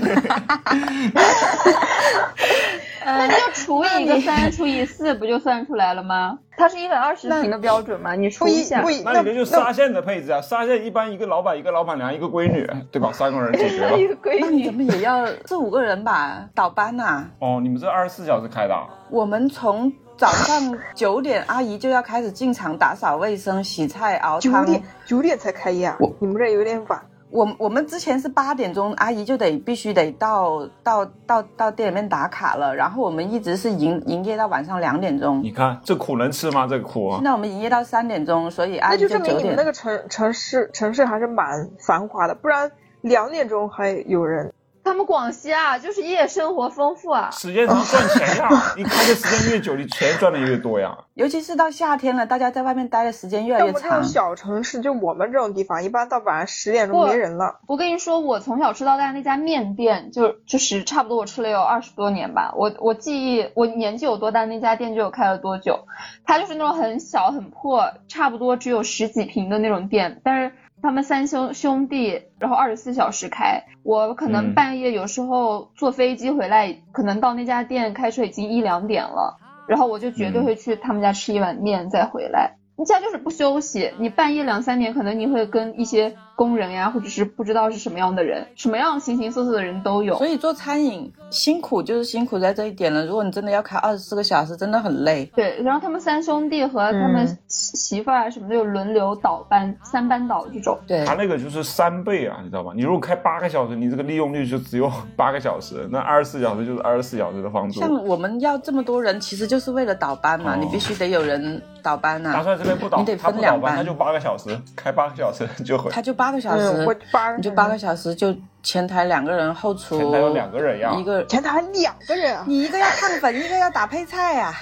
S5: 那你就除以一个三，除以四，不就算出来了吗？它是一百二十平的标准嘛，你除
S2: 不
S5: 一
S2: 一
S5: 下
S2: 不。一
S3: 那
S2: 那
S3: 你这就
S2: 那
S3: 沙县的配置啊，沙县一般一个老板、一个老板娘、一个闺女，对吧？三个人解决 了
S5: 一。个闺
S6: 那哎你怎
S5: 女，
S6: 么也要 四五个人吧？倒班呐、
S3: 哦，你们这二十四小时开的啊？
S6: 我们从早上九点，阿姨就要开始进场打扫卫生、洗菜、熬
S2: 九
S6: 汤。
S2: 点九点才开业啊
S6: 我，
S2: 你们这有点晚。
S6: 我我们之前是八点钟，阿姨就得必须得到到到到店里面打卡了，然后我们一直是营营业到晚上两点钟。
S3: 你看这苦能吃吗？这个苦啊
S6: 现！在我们营业到三点钟，所以阿
S2: 哦那
S6: 姨
S2: 就证明
S6: 啊九
S2: 你们那
S6: 点。
S2: 个城城市城市还是蛮繁华的，不然两点钟还有人。
S5: 他们广西啊，就是夜生活丰富啊。
S3: 时间长赚钱呀，你开的时间越久，你钱赚的越多呀。
S6: 尤其是到夏天了，大家在外面待的时间越来
S2: 像我
S6: 越
S2: 们这种
S6: 长。
S2: 小城市，就我们这种地方，一般到晚上十点钟
S5: 不
S2: 没人了。
S5: 我跟你说，我从小吃到大那家面店，就就是差不多我吃了有二十多年吧。我我记忆我年纪有多大，那家店就有开了多久。它就是那种很小很破，差不多只有十几平的那种店，但是他们三兄兄弟，然后二十四小时开。我可
S3: 嗯
S5: 能半夜有时候坐飞机回来，可能到那家店开车已经一两点了，然后我就绝对
S3: 嗯
S5: 会去他们家吃一碗面再回来。你家就是不休息，你半夜两三点，可能你会跟一些工人呀，或者是不知道是什么样的人，什么样形形色色的人都有
S6: 所。以做餐饮辛苦就是辛苦在这一点了。如果你真的要开二十四个小时，真的很累。
S5: 对，然后他们三兄弟和他们
S2: 嗯
S5: 媳媳妇儿啊什么的，就轮流倒班，三班倒这种。
S6: 对
S3: 他那个就是三倍啊，你知道吧？你如果开八个小时，你这个利用率就只有八个小时，那二十四小时就是二十四小时的房租。
S6: 像我们要这么多人，其实就是为了倒班嘛，
S3: 嗯哦
S6: 你必须得有人倒班啊呐、
S3: 大帅这边不倒，
S6: 嗯你得
S3: 他
S6: 分
S3: 不倒
S6: 两
S3: 班，
S6: 班
S3: 他就八个小时，开八个小时就回。
S6: 他就八个小时，
S2: 嗯，我八
S6: 你就八个小时，就前台两个人，后厨
S3: 前台有两个人呀
S6: 一个
S2: 前台两个人啊。
S6: 你一个要烫粉，一个要打配菜啊 呀、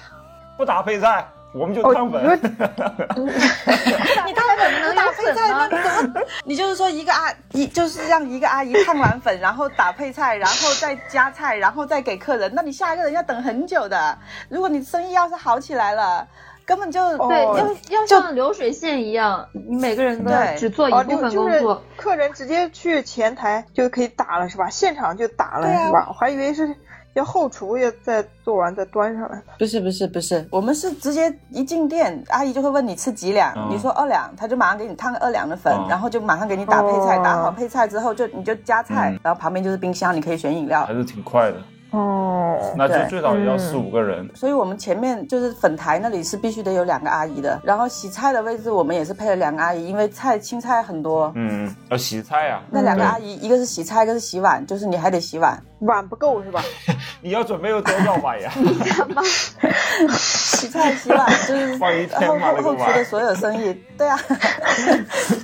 S3: 不打配菜，我们就
S2: 哦
S3: 烫粉。
S2: 你说
S5: 你他们能有
S6: 配
S5: 粉
S6: 菜
S5: 吗？
S6: 那怎么？ 你就是说一个阿一就是让一个阿姨烫完 粉，然后打配菜，然后再加菜，然后再给客人，那你下一个人要等很久的。如果你生意要是好起来了，根本就、
S2: 哦
S5: 对，
S2: 哦
S5: 要要像流水线一样，你每个人都
S6: 对
S5: 只做一
S2: 哦，
S5: 部
S2: 就
S5: 分
S2: 就
S5: 工
S2: 是
S5: 作。
S2: 客人直接去前台就可以打了是吧？现场就打了
S6: 对啊
S2: 是吧？我还以为是要后厨要再做完再端上来。
S6: 不是不是不是，我们是直接一进店，阿姨就会问你吃几两，
S3: 嗯
S6: 你说二两，她就马上给你烫个二两的粉，
S3: 嗯
S6: 然后就马上给你打配菜，
S2: 哦
S6: 打好配菜之后就你就加菜，
S3: 嗯
S6: 然后旁边就是冰箱，你可以选饮 料
S3: 还。是挺快的。
S2: 哦，
S3: 那就
S6: 对
S3: 最少要
S2: 嗯
S3: 四五个人。
S6: 所以我们前面就是粉台那里是必须得有两个阿姨的，然后洗菜的位置我们也是配了两个阿姨，因为菜青菜很多。
S3: 嗯，要洗菜啊，
S6: 那两个
S3: 对
S6: 阿姨，一个是洗菜，一个是洗碗，就是你还得洗碗。
S2: 碗不够是吧？
S3: 你要准备有多少碗呀？
S6: 洗菜、洗碗就 是
S3: 放一天
S6: 后
S3: 嘛那
S6: 后
S3: 个
S6: 后
S3: 碗
S6: 厨的所有生意。对啊，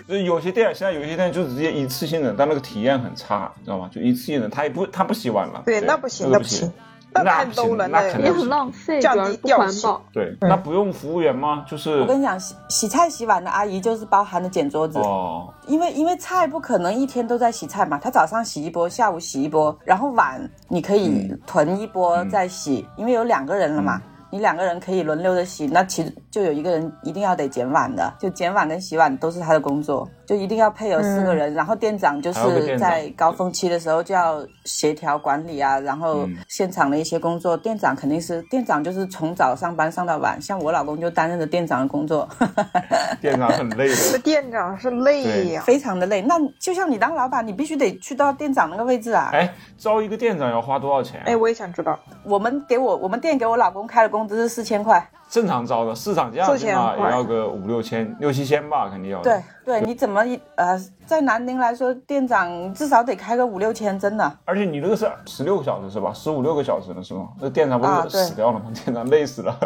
S3: 就是有些店现在有些店就直接一次性的，但那个体验很差，知道吗？就一次性的，他也不他不洗碗了。
S2: 对那不行
S3: 那
S2: 那
S3: 不
S2: 不
S3: 行
S2: 行，
S3: 那
S2: 那太
S3: 不行
S2: low 了
S3: 那
S2: 那
S3: 肯
S2: 个
S3: 定
S5: 也
S3: 不
S5: 很
S3: 行。
S5: 浪费，主
S2: 降
S5: 要
S2: 低
S5: 是不
S2: 调
S5: 环
S2: 性
S5: 保。
S3: 对，那不用服务员吗？就是
S6: 我跟你讲，洗洗菜、洗碗的阿姨就是包含了捡桌子，
S3: 哦，
S6: 因为因为菜不可能一天都在洗菜嘛，她早上洗一波，下午洗一波，然后碗你可以囤一波
S3: 嗯
S6: 再洗，因为有两个人了嘛。你两个人可以轮流的洗，那其实就有一个人一定要得捡碗的，就捡碗跟洗碗都是他的工作，就一定要配有四个人。然后店长就
S3: 嗯还有个
S6: 是
S3: 店长
S6: 在高峰期的时候就要协调管理啊，然后
S3: 嗯
S6: 现场的一些工作，店长肯定是店长就是从早上班上到晚，像我老公就担任着店长的工作。
S3: 店长很累
S2: 这
S3: 的。
S2: 店长是累呀、
S6: 非常的累。那就像你当老板，你必须得去到店长那个位置啊。
S3: 哎，招一个店长要花多少钱啊？
S2: 哎，我也想知道，
S6: 我们给我我们店给我老公开的工资是四千块，
S3: 正常招的市场价起
S2: 4000
S3: 码也
S2: 块
S3: 要个五六千、六七千吧，肯定要的。
S6: 对对，你怎么一呃，在南宁来说，店长至少得开个五六千，真的。
S3: 而且你那个是十六个小时是吧？十五六个小时了是吗？那店长不
S6: 啊
S3: 是
S6: 对
S3: 死掉了吗？ 店长累死了，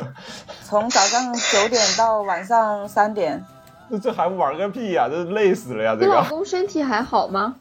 S6: 从早上九点到晚上三点，
S3: 这这还玩个屁呀、这累死了呀！
S5: 你
S3: 这
S5: 老
S6: 啊
S3: 个
S5: 公身体还好吗？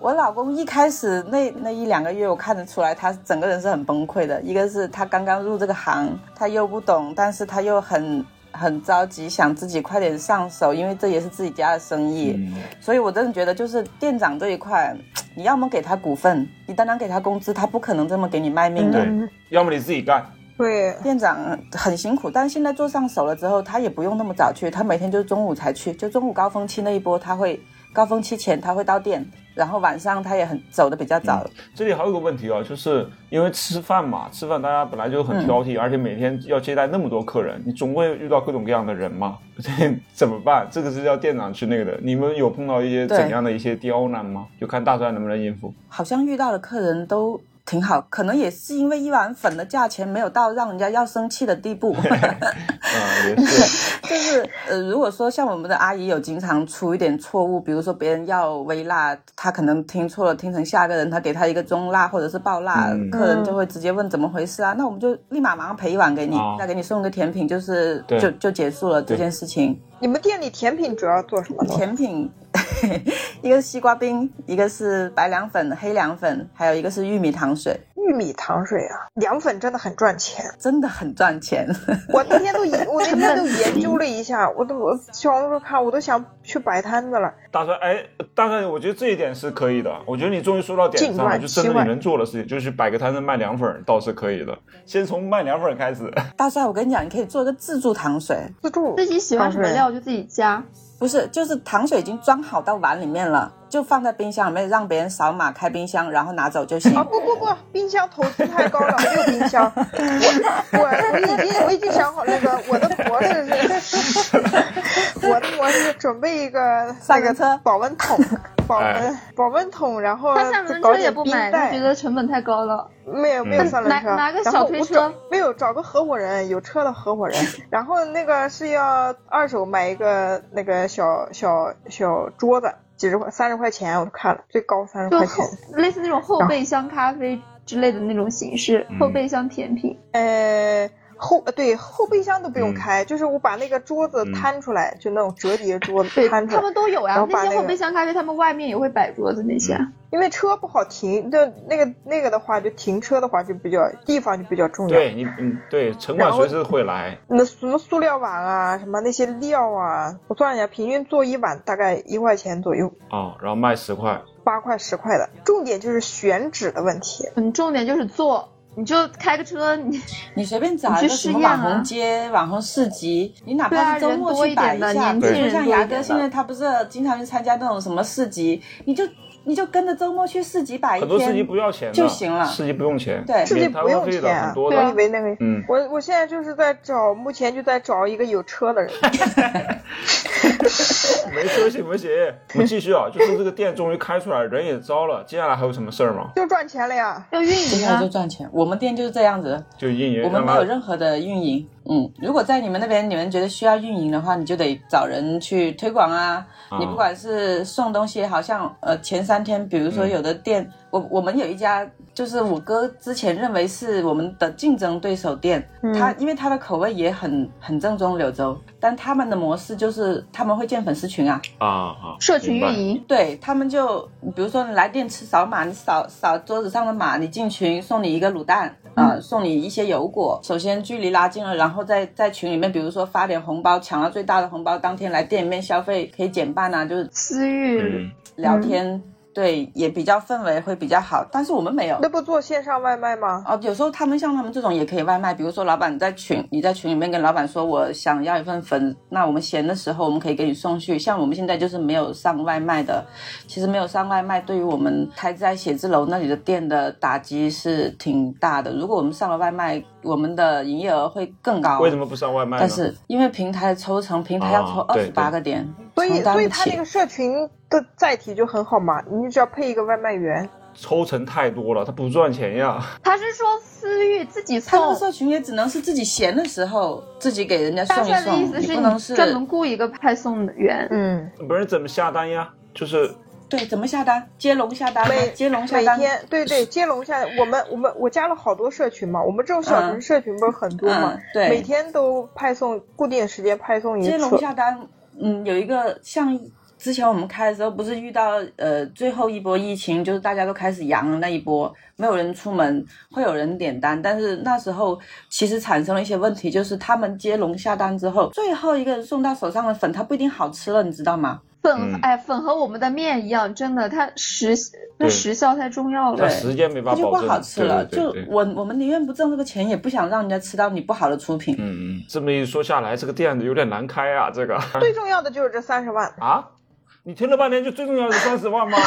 S6: 我老公一开始那那一两个月，我看得出来他整个人是很崩溃的。一个是他刚刚入这个行，他又不懂，但是他又很很着急，想自己快点上手，因为这也是自己家的生意。
S3: 嗯
S6: 所以我真的觉得，就是店长这一块，你要么给他股份，你单单给他工资，他不可能这么给你卖命的。
S3: 对，要么你自己干，
S2: 对，
S6: 店长很辛苦，但是现在做上手了之后，他也不用那么早去，他每天就中午才去，就中午高峰期那一波，他会高峰期前他会到店，然后晚上他也很走的比较早。
S3: 这里还有个问题啊，就是因为吃饭嘛，吃饭大家本来就很挑
S6: 嗯
S3: 剔，而且每天要接待那么多客人，你总会遇到各种各样的人嘛， 这怎么办？这个是要店长去那个的。你们有碰到一些
S6: 对
S3: 怎样的一些刁难吗？就看大帅能不能应付。
S6: 好像遇到的客人都挺好，可能也是因为一碗粉的价钱没有到让人家要生气的 地步。
S3: 啊，也是，
S6: 就是呃，如果说像我们的阿姨有经常出一点错误，比如说别人要微辣，她可能听错了，听成下个人，她给她一个中辣或者是爆辣，
S3: 嗯
S6: 客人就会直接问怎么回事啊？那我们就立马马上赔一碗给你，
S3: 哦
S6: 再给你送个甜品，就是
S3: 嗯对
S6: 就就结束了
S3: 对
S6: 这件事情。
S2: 你们店里甜品主要做什么呢？
S6: 甜品， 一个是西瓜冰，一个是白凉粉、黑凉粉，还有一个是玉米糖水，
S2: 玉米糖水啊，凉粉真的很赚钱。
S6: 真的很赚钱。
S2: 我那天都研，我那天都研究了一下，我都我小红书看，我都想去摆摊子了。
S3: 大帅，哎，大帅，我觉得这一点是可以的。我觉得你终于说到点上
S2: 尽
S3: 了，
S2: 管
S3: 就真的你
S2: 希望
S3: 能做的事情，就是摆个摊子卖凉粉儿倒是可以的。先从卖凉粉儿开始，
S6: 大帅，我跟你讲，你可以做一个自助糖水，
S2: 自助
S5: 自己喜欢什么
S2: 糖水
S5: 料就自己加。
S6: 不是，就是糖水已经装好到碗里面了，就放在冰箱里面，让别人扫码开冰箱，然后拿走就行。
S2: 啊
S5: 哦
S2: 不不不，冰箱投资太高了，没有冰箱。我我我已经我已经想好那个我的模式是，我的模式是准备一个
S6: 三
S2: 那
S6: 轮
S2: 个
S6: 车
S2: 保温 桶，保温保温桶，然后
S5: 他三轮
S2: 搞
S5: 车也
S2: 点
S5: 不
S2: 冰
S5: 买，他
S2: 袋
S5: 觉。得成本太高了。
S2: 没有没有
S3: 嗯
S2: 三轮车，
S5: 拿拿个
S2: 然
S5: 小
S2: 后
S5: 推
S2: 我
S5: 车
S2: 找，没有找个合伙人，有车的合伙人。然后那个是要二手买一个那个小小小桌子，几十块三十块钱，我看了最高三十
S5: 就
S2: 块
S5: 后
S2: 钱。
S5: 类似那种后备箱咖啡之类的那种形式，
S3: 嗯
S5: 后备箱甜品。
S2: 呃，后呃对后备箱都不用
S3: 嗯
S2: 开，就是我把那个桌子
S3: 嗯
S2: 摊出来，就那种折叠桌子
S5: 对
S2: 摊出
S5: 他
S2: 来。
S5: 们都有呀、
S2: 然后把
S5: 那
S2: 那个嗯
S5: 些后备箱咖啡，他们外面也会摆桌子那些啊。
S2: 因为车不好停，就那个那个的话，就停车的话就比较地方就比较重要。
S3: 对你，嗯，对，城管
S2: 然后
S3: 随时会来。
S2: 那什么塑料碗啊，什么那些料啊，我算了一下，平均做一碗大概一块钱左右，
S3: 哦，然后卖十块，
S2: 八块十块的。重点就是选址的问题。
S5: 嗯，重点就是做，你就开个车，你
S6: 你随便找一
S5: 你
S6: 个
S5: 去试
S6: 什
S5: 验
S6: 么
S5: 啊
S6: 网红街、网红市集，你哪
S5: 对啊
S6: 怕是周末
S5: 人多一
S6: 去
S5: 点
S6: 摆一
S5: 的
S6: 下，
S5: 年
S6: 比
S3: 轻
S6: 如说
S5: 人
S6: 像
S5: 多一
S6: 牙
S5: 点
S6: 哥
S5: 的
S6: 现在他不是经常去参加那种什么市集，你就你就跟着周末去市集摆一
S3: 很
S6: 天，
S3: 多司机不要钱的
S6: 就行了
S3: 司机不用钱，
S6: 对
S2: 司机
S3: 免摊
S2: 不
S3: 位
S2: 用
S3: 费的
S2: 钱啊
S3: 很多
S5: 对
S2: 我
S5: 啊
S2: 以
S3: 的。
S2: 为那个，
S3: 嗯
S2: 我我 现在就是在找，目前就在找一个有车的人。
S3: 没车行不行？ 我们继续啊，就是这个店终于开出来，人也招了，接下来还有什么事儿吗？
S2: 就赚钱了呀。
S5: 要运
S6: 接
S5: 营
S6: 下来
S5: 啊
S6: 就，赚钱。我们店就是这样子，
S3: 就运营，呃
S6: 我们
S3: 让
S6: 没
S3: 他
S6: 有任何的运营。嗯，如果在你们那边你们觉得需要运营的话，你就得找人去推广啊。
S3: 啊
S6: 你不管是送东西也好，像呃前三天，比如说
S3: 嗯
S6: 有的店，我我们有一家就是我哥之前认为是我们的竞争对手店，他因为他的口味也很很正宗柳州，但他们的模式就是他们会建粉丝群啊，
S3: 啊啊，
S5: 社群
S3: 明白
S5: 运营，
S6: 对他们就，比如说你来店吃扫码，你扫扫桌子上的码，你进群送你一个卤蛋，啊、送你一些油果。首先距离拉近了，然后在在群里面，比如说发点红包，抢到最大的红包，当天来店里面消费可以减半啊，就是
S5: 私域
S3: 嗯，
S6: 聊天，对，也比较氛围会比较好。但是我们没有
S2: 那。不做线上外卖吗？
S6: 哦，有时候他们像他们这种也可以外卖，比如说老板在群，你在群里面跟老板说我想要一份粉，那我们闲的时候我们可以给你送去。像我们现在就是没有上外卖的，其实没有上外卖，对于我们开在写字楼那里的店的打击是挺大的。如果我们上了外卖，我们的营业额会更高。
S3: 为什？么不上外卖呢？
S6: 但是因为平台抽成，平台要抽
S3: 啊
S6: 二
S3: 对
S6: 十八个点，
S2: 所以
S6: 承担
S2: 所
S6: 不
S2: 以他
S6: 起。
S2: 那个社群的载体就很好嘛，你只要配一个外卖员。
S3: 抽成太多了，他不赚钱呀。
S5: 他是说私域自己
S6: 他那个
S5: 送，
S6: 社群也只能是自己闲的时候自己给人家送
S5: 大
S6: 一
S5: 帅的
S6: 送，
S5: 意思
S6: 你
S5: 是
S6: 不能是
S5: 你专门雇一个派送员，
S2: 嗯，
S3: 不然怎么下单呀？就是
S6: 对怎么下单，接龙下单吗
S2: 每，
S6: 接龙下
S2: 每
S6: 单。
S2: 天对对接龙下，我们我们我加了好多社群嘛，我们这种小型
S6: 嗯
S2: 社群不是很多嘛
S6: 嗯，对
S2: 每天都派送固定时间派送一
S6: 接
S2: 次
S6: 龙，下单，嗯，有一个像之前我们开的时候，不是遇到呃最后一波疫情，就是大家都开始阳了那一波，没有人出门，会有人点单，但是那时候其实产生了一些问题，就是他们接龙下单之后，最后一个人送到手上的粉，它不一定好吃了，你知道吗？
S5: 粉
S3: 嗯
S5: 哎粉和我们的面一样，真的，它时
S3: 对
S5: 那时效太重要
S3: 他
S5: 了
S6: 对。
S3: 时间没
S6: 它
S3: 法
S6: 就
S3: 保
S6: 不
S3: 证，
S6: 好吃了。
S3: 对对对
S6: 就
S3: 对
S6: 我我们宁愿不挣这个钱，也不想让人家吃到你不好的出 品。
S3: 嗯嗯，这么一说下来，这个店子有点难开啊，这个
S2: 最重要的就是这三十万，
S3: 啊。你听了半天，就最重要的三十万吗？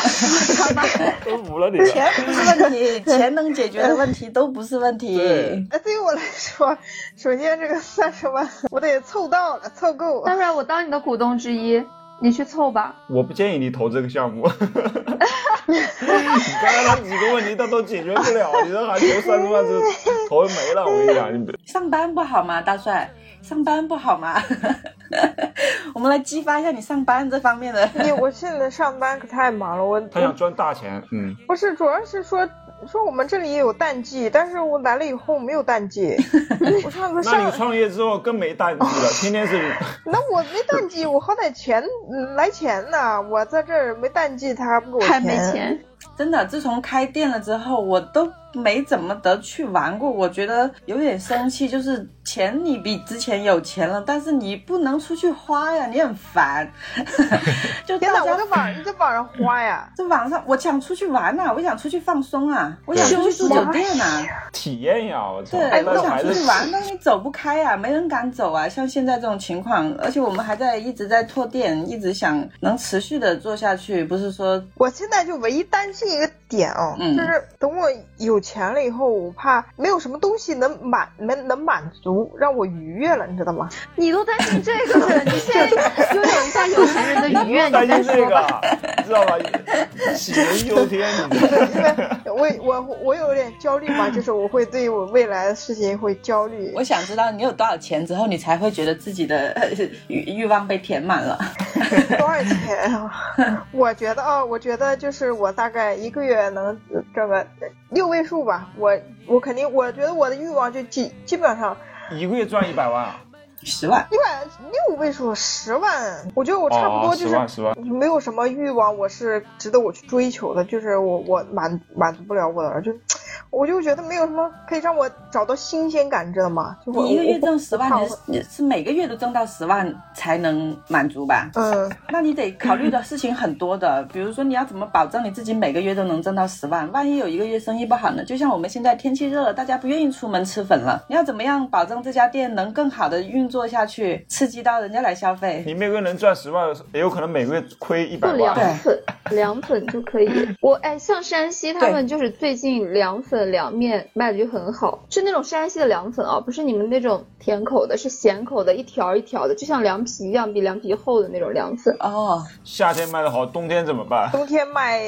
S3: 都服了你了。
S6: 钱不是问题，钱能解决的问题都不是问题。
S3: 对
S2: 哎， 对于我来说，首先这个三十万 我得凑到了，凑够。
S5: 大帅，我当你的股东之一，你去凑吧。
S3: 我不建议你投这个项目。 你刚才那几个问题他都解决不了，你这还投三十万是头没了。我跟你讲，你
S6: 上班不好吗，大帅？上班不好吗？ 我们来激发一下你上班这方面的。
S2: 你我现在上班可太忙了，我
S3: 他想赚大钱，嗯，
S2: 不是，主要是说说我们这里也有淡季，但是我来了以后没有淡季。我上次
S3: 那
S2: 上
S3: 你创业之后更没淡季了，天天是
S2: 那我没淡季，我好歹钱嗯来钱呢，我在这儿没淡季，他还不给我
S5: 还没。钱，
S6: 真的，自从开店了之后，我都没怎么得去玩过。我觉得有点生气，就是钱你比之前有钱了，但是你不能出去花呀，你很烦。 就
S2: 天
S6: 大
S2: 哪，我
S6: 家
S2: 在网你在网上花呀，
S6: 在网上，我想出去玩呐、我想出去放松啊，我想出去住酒店啊呐、
S3: 体验呀！我操，
S6: 对，
S3: 那
S6: 我想
S3: 还
S6: 出
S3: 是
S6: 去玩，但是你走不开啊，没人敢走啊。像现在这种情况，而且我们还在一直在拓店，一直想能持续的做下去，不是说
S2: 我现在就唯一担心一个点啊、
S6: 嗯
S2: 就是等我有钱了以后，我怕没有什么东西能满能能满足让我愉悦了，你知道吗？
S5: 你都担心这个了，你现在拥有一下有钱人的愉悦，你
S3: 担
S5: 再
S3: 心这
S5: 说吧。
S3: 个，你知道吧？杞人忧天，你知道吗
S2: 因为我我我有点焦虑嘛，就是我会对我未来的事情会焦虑
S6: 我。想知道你有多少钱之后，你才会觉得自己的 呃欲欲望被填满了。
S2: 多少钱 啊？我觉得啊、我觉得就是我大概一个月能挣个六位数吧。我我肯定，我觉得我的欲望就基基本上
S3: 一个月赚一百万啊，
S6: 十万，
S2: 一百六位数十万，我觉得我差不
S3: 哦，
S2: 多
S3: 十
S2: 就是。
S3: 万十万，
S2: 没有什么欲望，我是值得我去追求的，就是我我满满足不了我的，就我就觉得没有什么可以让我找到新鲜感，知道吗？就我
S6: 你一个月
S2: 我
S6: 挣十万，
S2: 我
S6: 你是你是每个月都挣到十万才能满足吧？
S2: 嗯，
S6: 那你得考虑的事情很多的，比如说你要怎么保证你自己每个月都能挣到十万？万一有一个月生意不好呢？就像我们现在天气热了，大家不愿意出门吃粉了，你要怎么样保证这家店能更好的运作下去，刺激到人家来消费？
S3: 你每个月能赚十万，也有可能每个月亏一
S5: 做
S3: 百
S5: 凉
S3: 万。
S6: 对
S5: 粉，凉粉就可以。我哎，像山西他们就是最近凉粉粉凉面卖的就很好，是那种山西的凉粉啊，不是你们那种甜口的，是咸口的，一条一条的，就像凉皮一样，比凉皮厚的那种凉粉。
S6: 哦，
S3: 夏天卖的好，冬天怎么办？
S2: 冬天卖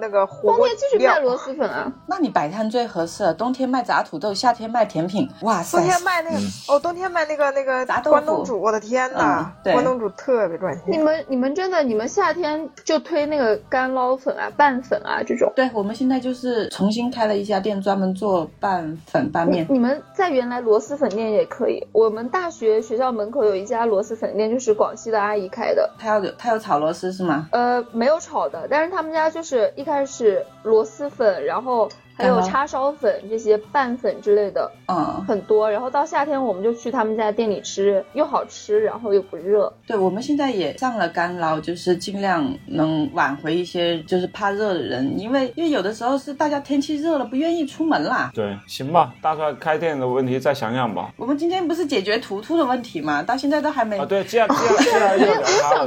S2: 那个火
S5: 冬
S2: 锅
S5: 天就是
S2: 料
S5: 卖螺蛳粉啊，
S6: 那你摆摊最合适了，冬天卖炸土豆，夏天卖甜品。哇塞，
S2: 冬天卖那个、哦，冬天卖那个那个
S6: 炸豆腐
S2: 关东煮，我的天呐
S6: 嗯，对
S2: 关东煮特别赚
S5: 你
S2: 钱。
S5: 们你们真的你们夏天就推那个干捞粉啊、拌粉啊这种。
S6: 对，我们现在就是重新开了一家店，专门做拌粉拌面。
S5: 你们在原来螺蛳粉店也可以，我们大学学校门口有一家螺蛳粉店，就是广西的阿姨开的。
S6: 他要有他要炒螺丝是吗？
S5: 呃，没有炒的，但是他们家就是一开始螺蛳粉，然后还有
S6: 干捞
S5: 叉烧粉这些拌粉之类的
S6: 嗯，
S5: 很多，然后到夏天我们就去他们家店里吃，又好吃，然后又不热。
S6: 对，我们现在也上了干捞，就是尽量能挽回一些就是怕热的人，因为因为有的时候是大家天气热了不愿意出门啦。
S3: 对，行吧，大帅开店的问题再想想吧。
S6: 我们今天不是解决图图的问题吗？到现在都还没。
S3: 啊，对，既然既然既然要
S5: 我也
S3: 聊
S5: 我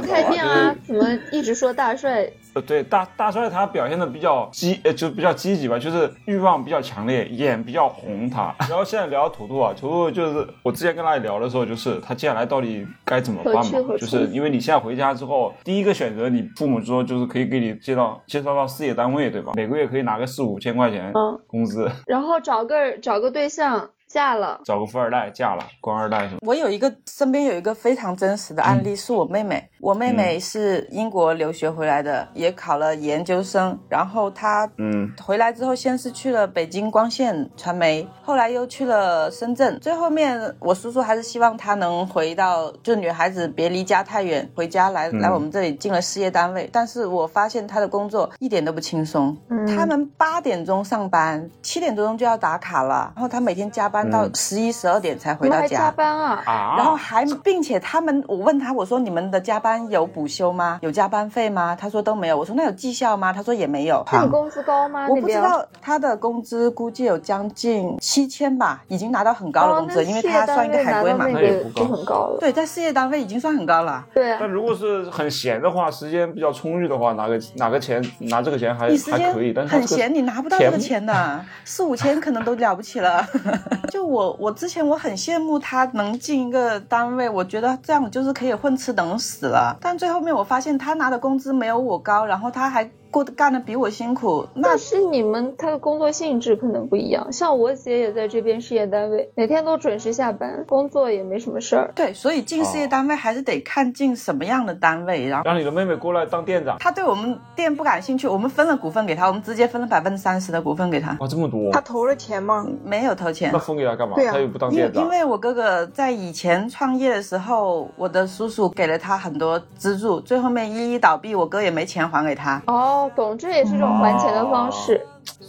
S3: 他了，
S5: 想开
S3: 对
S5: 店
S3: 吧？
S5: 啊
S3: 就是，
S5: 怎么一直说大帅？
S3: 呃，对，大大帅他表现的比较积，呃，就比较积极吧，就是欲望比较强烈，眼比较红他。 然后现在聊图图啊，图图就是我之前跟他聊的时候，就是他接下来到底该怎么办
S5: 回去
S3: 嘛？
S5: 回
S3: 就
S5: 去
S3: 是因为你现在回家之后，第一个选择你父母说就是可以给你介绍介绍到事业单位，对吧？每个月可以拿个四五千块钱
S5: 嗯
S3: 工资，
S5: 然后找个找个对象嫁了，
S3: 找个富二代嫁了，官二代什么。
S6: 我有一个身边有一个非常真实的案
S3: 嗯
S6: 例，是我妹妹。我妹妹是英国留学回来的，也考了研究生，然后她
S3: 嗯，
S6: 回来之后，先是去了北京光线传媒，后来又去了深圳。最后面，我叔叔还是希望她能回到，就女孩子别离家太远，回家来
S3: 嗯
S6: 来我们这里进了事业单位。但是我发现她的工作一点都不轻松，
S2: 嗯
S6: 他们八点钟上班，七点多钟就要打卡了，然后她每天加班到
S3: 嗯
S6: 十一十二点才
S5: 你
S6: 回
S5: 们
S6: 到
S5: 还加
S6: 家。
S5: 班啊？
S3: 啊，
S6: 然后还，并且他们，我问他，我说你们的加班有补休吗？有加班费吗？他说都没有。我说那有绩效吗？他说也没有。
S5: 那你工资高吗？
S6: 我
S5: 那
S6: 不知
S5: 边哦
S6: 道他的工资估计有将近七千吧，已经拿到很高的
S5: 哦
S6: 工资，
S5: 那
S6: 因为
S5: 事业
S6: 他
S5: 单
S6: 算一个
S5: 位
S6: 海
S5: 拿
S6: 归
S5: 到
S6: 嘛
S5: 那。
S3: 那也
S5: 个
S3: 不高
S5: 就很高了。
S6: 对，在事业单位已经算很高了。
S5: 对啊
S3: 但，如果是很闲的话，时间比较充裕的话，拿个拿个钱拿这个钱还
S6: 你时
S3: 还
S6: 间
S3: 可以，但是他
S6: 很
S3: 这个
S6: 闲，你拿不到这个
S3: 甜
S6: 钱的，四五千可能都了不起了。 就我，我之前我很羡慕他能进一个单位，我觉得这样就是可以混吃等死了。但最后面我发现他拿的工资没有我高，然后他还过得干的比我辛苦，那
S5: 但是你们他的工作性质可能不一样，像我姐也在这边事业单位，每天都准时下班，工作也没什么事儿。
S6: 对，所以进事业
S3: 哦
S6: 单位还是得看进什么样的单位，然后。
S3: 让你的妹妹过来当店长，
S6: 他对我们店不感兴趣，我们分了股份给他，我们直接分了百分之三十的股份给他，
S3: 哇，这么多
S2: 他，投了钱吗？
S6: 没有投钱
S3: 那。分给他干嘛？
S2: 对啊
S3: 他又不当
S6: 因
S3: 店
S6: 因
S3: 长，
S6: 为我哥哥在以前创业的时候，我的叔叔给了他很多资助，最后面一一倒闭，我哥也没钱还给他。
S5: 哦，懂，这也是一种还钱的方式。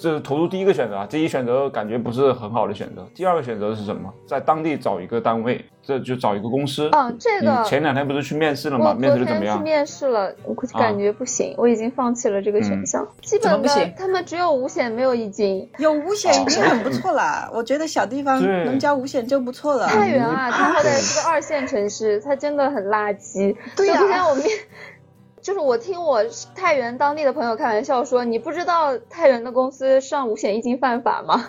S3: 这是投入第一个选择啊。第一选择感觉不是很好的选择。第二个选择是什么？在当地找一个单位，这就找一个公
S6: 哦
S3: 司。
S5: 嗯，这
S3: 你
S5: 个
S3: 前两天不是去面试了
S5: 我
S3: 吗？面
S5: 昨
S3: 试的怎
S5: 天
S3: 么
S5: 去
S3: 样？
S5: 面试了，我估计感觉不行，我已经放弃了这个选项。基
S6: 啊嗯怎么
S5: 本
S6: 不
S5: 的
S6: 行，
S5: 他们只有五险没有一金。
S6: 有五险已经很不错了， 我觉得小地方
S3: 哦对
S6: 能交五险就不错了。
S5: 太原啊，它好歹是个二线城市，它真的很垃圾。
S2: 对呀
S5: 就之前我面，就是我听我太原当地的朋友开玩笑说，你不知道太原的公司上五险一金犯法吗？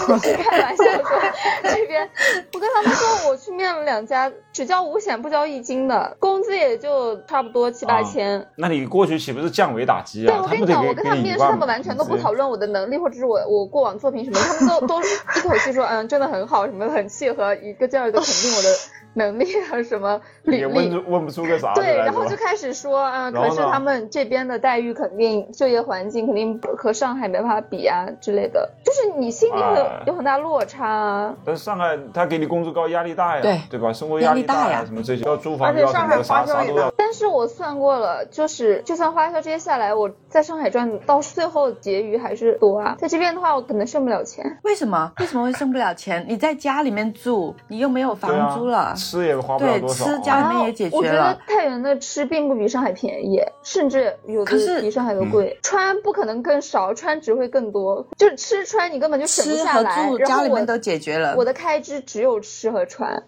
S5: 他们就是开玩笑说这边，我跟他们说我去面了两家，只交五险不交一金的，工资也就差不多七八
S3: 啊
S5: 千。
S3: 那你过去岂不是降维打击
S5: 对，
S3: 啊？
S5: 我
S3: 他
S5: 跟你
S3: 不得
S5: 讲，我
S3: 给
S5: 跟
S3: 给
S5: 他们
S3: 你
S5: 面
S3: 一
S5: 试，他
S3: 万
S5: 们完全都不
S3: 工资
S5: 讨论我的能力或者是我我过往作品什么的，他们都都一口气说，嗯，真的很好，什么的很契合，一个劲儿的肯 定我的能力啊，什么履
S3: 也问
S5: 历。
S3: 出问不出 个啥
S5: 对，
S3: 来，
S5: 然后
S3: 是
S5: 就
S3: 吧
S5: 开始说，嗯，
S3: 然后
S5: 可是
S3: 呢
S5: 他们这边的待遇肯定就业环境肯定和上海没办法比啊之类的，就是你心里会有
S3: 哎
S5: 有很大落差啊。
S3: 但是上海他给你工资高，压力大呀，
S6: 对
S3: 对吧？生活
S6: 压
S3: 压
S6: 力
S3: 力
S6: 大
S3: 大
S6: 呀
S3: 呀，什么这些要租
S2: 而
S3: 房
S2: 且
S3: 要什
S2: 上
S3: 么
S2: 海
S3: 的，啥
S2: 花销
S3: 啥
S2: 也
S3: 都
S2: 大
S3: 要。
S5: 但是我算过了，就是就算花销这些下来，我在上海赚到最后结余还是多啊，在这边的话我可能剩不了钱。
S6: 为什么？为什么会挣不了钱？你在家里面住，你又没有
S3: 对啊
S6: 房租了，
S3: 吃也花不了
S6: 对，
S3: 多少。啊
S6: 吃家里
S5: 然后
S6: 面也解
S5: 我
S6: 决
S5: 觉得
S6: 了。
S5: 太原的吃并不比上海便宜，甚至有
S6: 可是
S5: 的比上海都
S3: 嗯
S5: 贵。穿不可能更少，穿只会更多，就是吃穿你根本就省不
S6: 吃
S5: 下
S6: 和
S5: 来。
S6: 住
S5: 然
S6: 家
S5: 后
S6: 里
S5: 我
S6: 面都解决了
S5: 我，的开支只有吃和穿，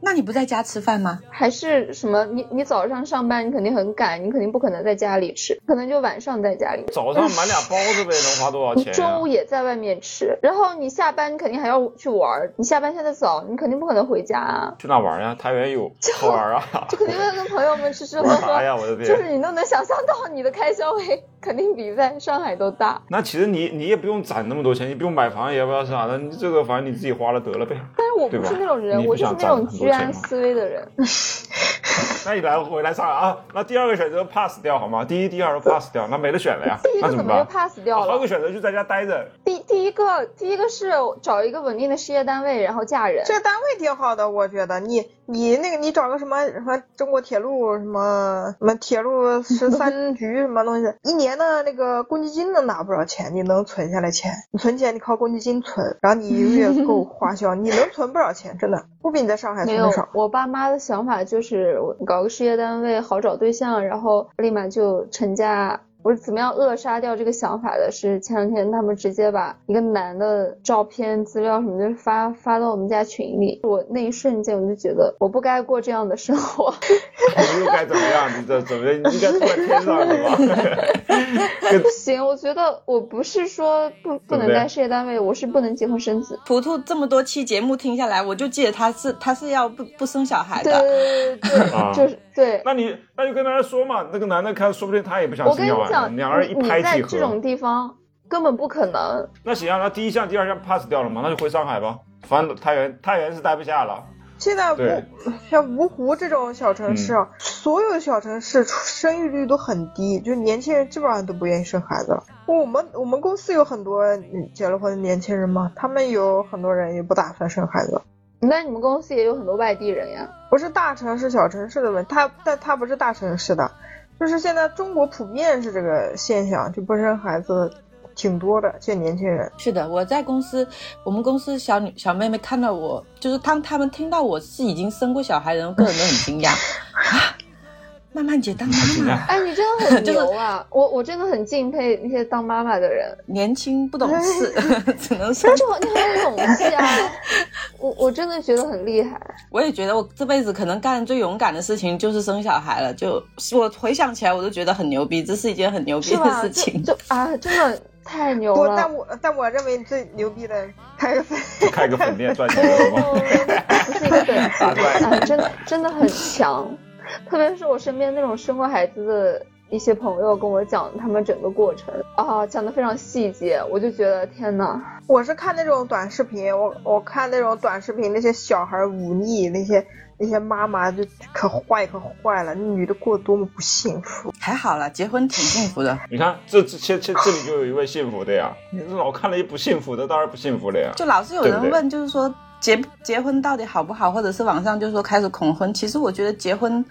S6: 那你不在家吃饭吗？
S5: 还是什么？你你早上上班，你肯定很赶，你肯定不可能在家里吃，可能就晚上在家里。
S3: 早上买俩包子呗，能花多少
S5: 你
S3: 钱、
S5: 中
S3: 啊
S5: 午？也在外面吃，然后你下班你肯定还要去玩儿，你下班下的早，你肯定不可能回家啊，
S3: 去哪玩呀、太原 有好玩啊！
S5: 就肯定会跟朋友们吃吃喝
S3: 玩啥呀？
S5: 喝，
S3: 我的
S5: 就是
S3: 天！
S5: 你都能想象到你的开销会肯定比在上海都大。
S3: 那其实你你也不用攒那么多钱，你不用买房，也不要啥的，你这个反正你自己花了得了呗。
S5: 但是我
S3: 对
S5: 不
S3: 吧
S5: 是那种人，
S3: 你
S5: 我
S3: 不
S5: 就是
S3: 想
S5: 那
S3: 攒
S5: 种
S3: 很多
S5: 居安
S3: 钱吗
S5: 思危的人。
S3: 那你来回来上海啊？那第二个选择 pass 掉好吗？第一、第二个 pass 掉，那没得选了呀。
S5: 第一
S3: 那
S5: 个
S3: 怎
S5: 怎
S3: 么
S5: 么就
S3: 办？
S5: pass
S3: 啊
S5: 掉
S3: 还有
S5: 了？
S3: 个选择就在家待着，
S5: 第第一个第一个是找一个稳定的事业单位，然后嫁人。
S2: 这单位挺好的，我觉得你你那个你找个什么什么中国铁路什么什么铁路十三局什么东西，一年的 那个公积金能拿不少钱，你能存下来钱，你存钱你靠公积金存，然后你一个月够花销，你能存不少钱，真的不比你在上海
S5: 没
S2: 存
S5: 有
S2: 的少，。
S5: 我爸妈的想法就是我搞个事业单位好找对象，然后立马就成家。我是怎么样扼杀掉这个想法的？是前两天他们直接把一个男的照片、资料什么的发发到我们家群里，我那一瞬间我就觉得我不该过这样的生活。
S3: 你又该怎么样？你这怎么你应该坐在天上了 吧？
S5: 不行，我觉得我不是说不不能
S3: 对
S5: 在事业单位，我是不能结婚生子。
S6: 图图这么多期节目听下来，我就记得他是他是要不不生小孩
S5: 对
S6: 的。
S5: 对对对
S3: 啊
S5: 对，就是 对。
S3: 那你那就跟大家说嘛，那个男的看，说不定他也不想
S5: 我
S3: 生
S5: 跟你
S3: 小孩，
S5: 讲，
S3: 两人一
S5: 你
S3: 拍
S5: 在
S3: 即
S5: 这
S3: 合
S5: 种。地方根本不可能。
S3: 那行啊，那第一项、第二项 pass 掉了嘛，那就回上海吧。反正太原太原是待不下 了，
S2: 现在
S3: 对
S2: 不像芜湖这种小城市啊，所有小城市出生育率都很低，就年轻人基本上都不愿意生孩子了。我们我们公司有很多嗯结了婚的年轻人嘛，他们有很多人也不打算生孩子。
S5: 那你们公司也有很多外地人呀？
S2: 不是大城市、小城市的问题，它但它不是大城市的，就是现在中国普遍是这个现象，就不生孩子挺多的，这年轻人。
S6: 是的，我在公司，我们公司小女小妹妹看到我，就是当他们听到我是已经生过小孩的人，个人都很惊 讶啊！曼曼姐当妈妈了，
S5: 哎，你真的 很
S6: 就是
S5: 牛啊！我我真的很敬佩那些当妈妈的人，
S6: 年轻不懂事， 只能说
S5: 但是我你很有勇气啊！ 我我真的觉得很厉害。
S6: 我也觉得我这辈子可能干的最勇敢的事情就是生小孩了。就是我回想起来，我都觉得很牛逼，这是一件很牛逼
S5: 是吧
S6: 的？事情。
S5: 就就啊，真的太牛
S2: 不，
S5: 了！
S2: 但我但我认为最牛逼的开个分，
S3: 就开个粉店赚
S5: 不
S3: 钱了吧。
S5: 不是一个等级
S3: 打怪
S5: 啊，真的真的很强。特别是我身边那种生过孩子的一些朋友跟我讲他们整个过程啊，讲的非常细节，我就觉得天哪，
S2: 我是看那种短视频，我我看那种短视频，那些小孩忤逆，那些那些妈妈就可坏可坏了，那女的过得多么不幸福。
S6: 还好了，结婚挺幸福的，
S3: 你看，这这这这这里就有一位幸福的呀，你这老看了一不幸福的，当然不幸福了呀。
S6: 就老是有
S3: 对
S6: 人
S3: 不对
S6: 问，就是说结结婚到底好不好，或者是网上就说开始恐婚。其实我觉得结婚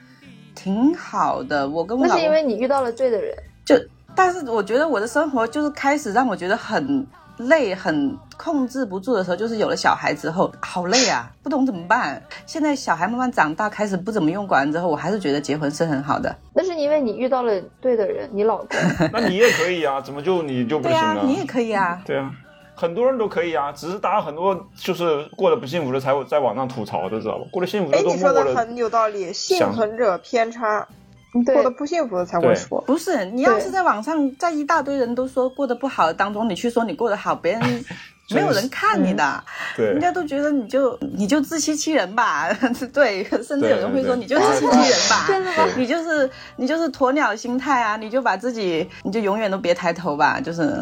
S6: 挺好的，我跟我
S5: 那
S6: 老
S5: 是因为
S6: 公
S5: 你遇到了对的人。
S6: 就，但是我觉得我的生活就是开始让我觉得很累、很控制不住的时候，就是有了小孩之后，好累啊，不懂怎么办。现在小孩慢慢长大，开始不怎么用管之后，我还是觉得结婚是很好的。
S5: 那是因为你遇到了对的人，你老公。
S3: 那你也可 以啊，怎么就你就不
S6: 对
S3: 行
S6: 啊，
S3: 呢？
S6: 你也可以啊。
S3: 对啊，很多人都可以啊，只是大家很多就是过得不幸福的才会在网上吐槽的，知道吧？过得幸福
S2: 哎
S3: 的，都
S2: 你
S3: 默
S2: 说
S3: 默
S2: 的
S3: 的
S2: 很有道理，幸
S3: 想
S2: 存者偏差，过
S5: 对
S2: 得，不幸福的才
S3: 对
S2: 会说。
S6: 不是，你要
S5: 对
S6: 是在网上，在一大堆人都说过得不好的当中，你去说你过得好，别 人没有人看你的。
S3: 对
S6: 人家都觉得你就你就自欺欺人吧， 对，甚至有人会
S3: 对对
S6: 说
S3: 对
S6: 你就自欺欺人吧，
S5: 真的吗
S3: 对
S6: 你就是你就是鸵鸟心态啊，你就把自己你就永远都别抬头吧，就是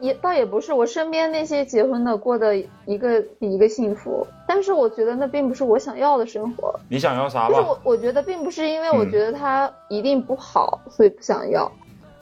S5: 也倒也不是，我身边那些结婚的过得一个比一个幸福，但是我觉得那并不是我想要的生活。
S3: 你想要啥
S5: 就是
S3: 吧？
S5: 我我觉得并不是因为我
S3: 嗯
S5: 觉得它一定不好，所以不想要。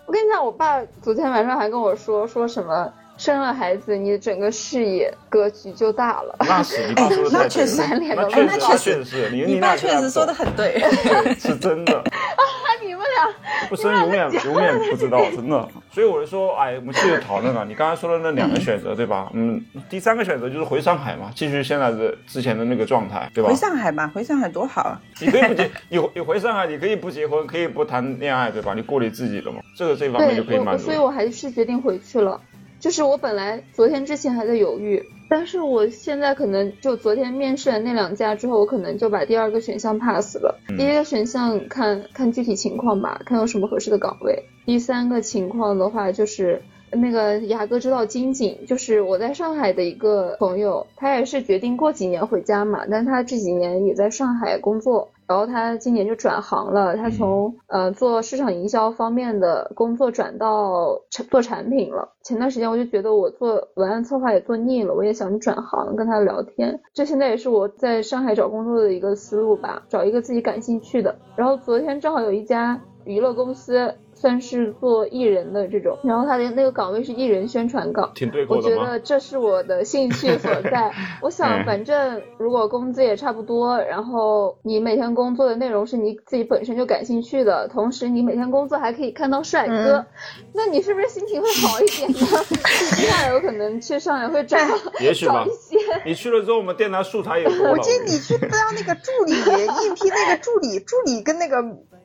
S5: 我跟你讲，我爸昨天晚上还跟我说说什么。生了孩子，你整个视野格局就大了。
S3: 那是你爸说的
S6: 那
S3: 太对
S6: 确实
S3: 了，那
S5: 哎
S3: 确
S5: 那
S3: 实，
S6: 确
S3: 那
S6: 实
S3: 确实是你
S6: 你
S3: 俩
S6: 爸确实说的很对，
S3: 对，是真的。
S5: 那你们俩
S3: 不生永远永远不知道，真的。所以我就说，哎，我们继续讨论啊。你刚才说的那两个选择，对吧？嗯，第三个选择就是回上海嘛，继续现在的之前的那个状态，对吧
S6: 回？上海吧，回上海多好啊！
S3: 你可以不结，你回你回上海，你可以不结婚，可以不谈恋爱，对吧？你过你自己的嘛，这个这方面就可以
S5: 我，我
S3: 满足
S5: 所以。我还是决定回去了。就是我本来昨天之前还在犹豫，但是我现在可能就昨天面试的那两家之后，我可能就把第二个选项 pass 了。
S3: 嗯
S5: 第一个选项看看具体情况吧，看有什么合适的岗位。第三个情况的话就是。那个牙哥知道金井，就是我在上海的一个朋友，他也是决定过几年回家嘛，但他这几年也在上海工作，然后他今年就转行了，他从呃做市场营销方面的工作转到产做产品了。前段时间我就觉得我做文案策划也做腻了，我也想转行，跟他聊天。这现在也是我在上海找工作的一个思路吧，找一个自己感兴趣的。然后昨天正好有一家娱乐公司，算是做艺人的这种，然后他的那个岗位是艺人宣传岗。
S3: 挺对
S5: 我
S3: 口
S5: 觉
S3: 的吗？
S5: 得这是我的兴趣所 在。我想
S3: 嗯，
S5: 反正如果工资也差不多，然后你每天工作的内容是你自己本身就感兴趣的，同时你每天工作还可以看到帅哥，
S2: 嗯
S5: 那你是不是心情会好一 点呢？接下来有可能去上海会找
S3: 也许吧
S5: 找一些
S3: 你去了之后，我们电台素材也多
S2: 我
S3: 了。
S2: 建议你 去当那个助理，应聘那个助理，助理跟那个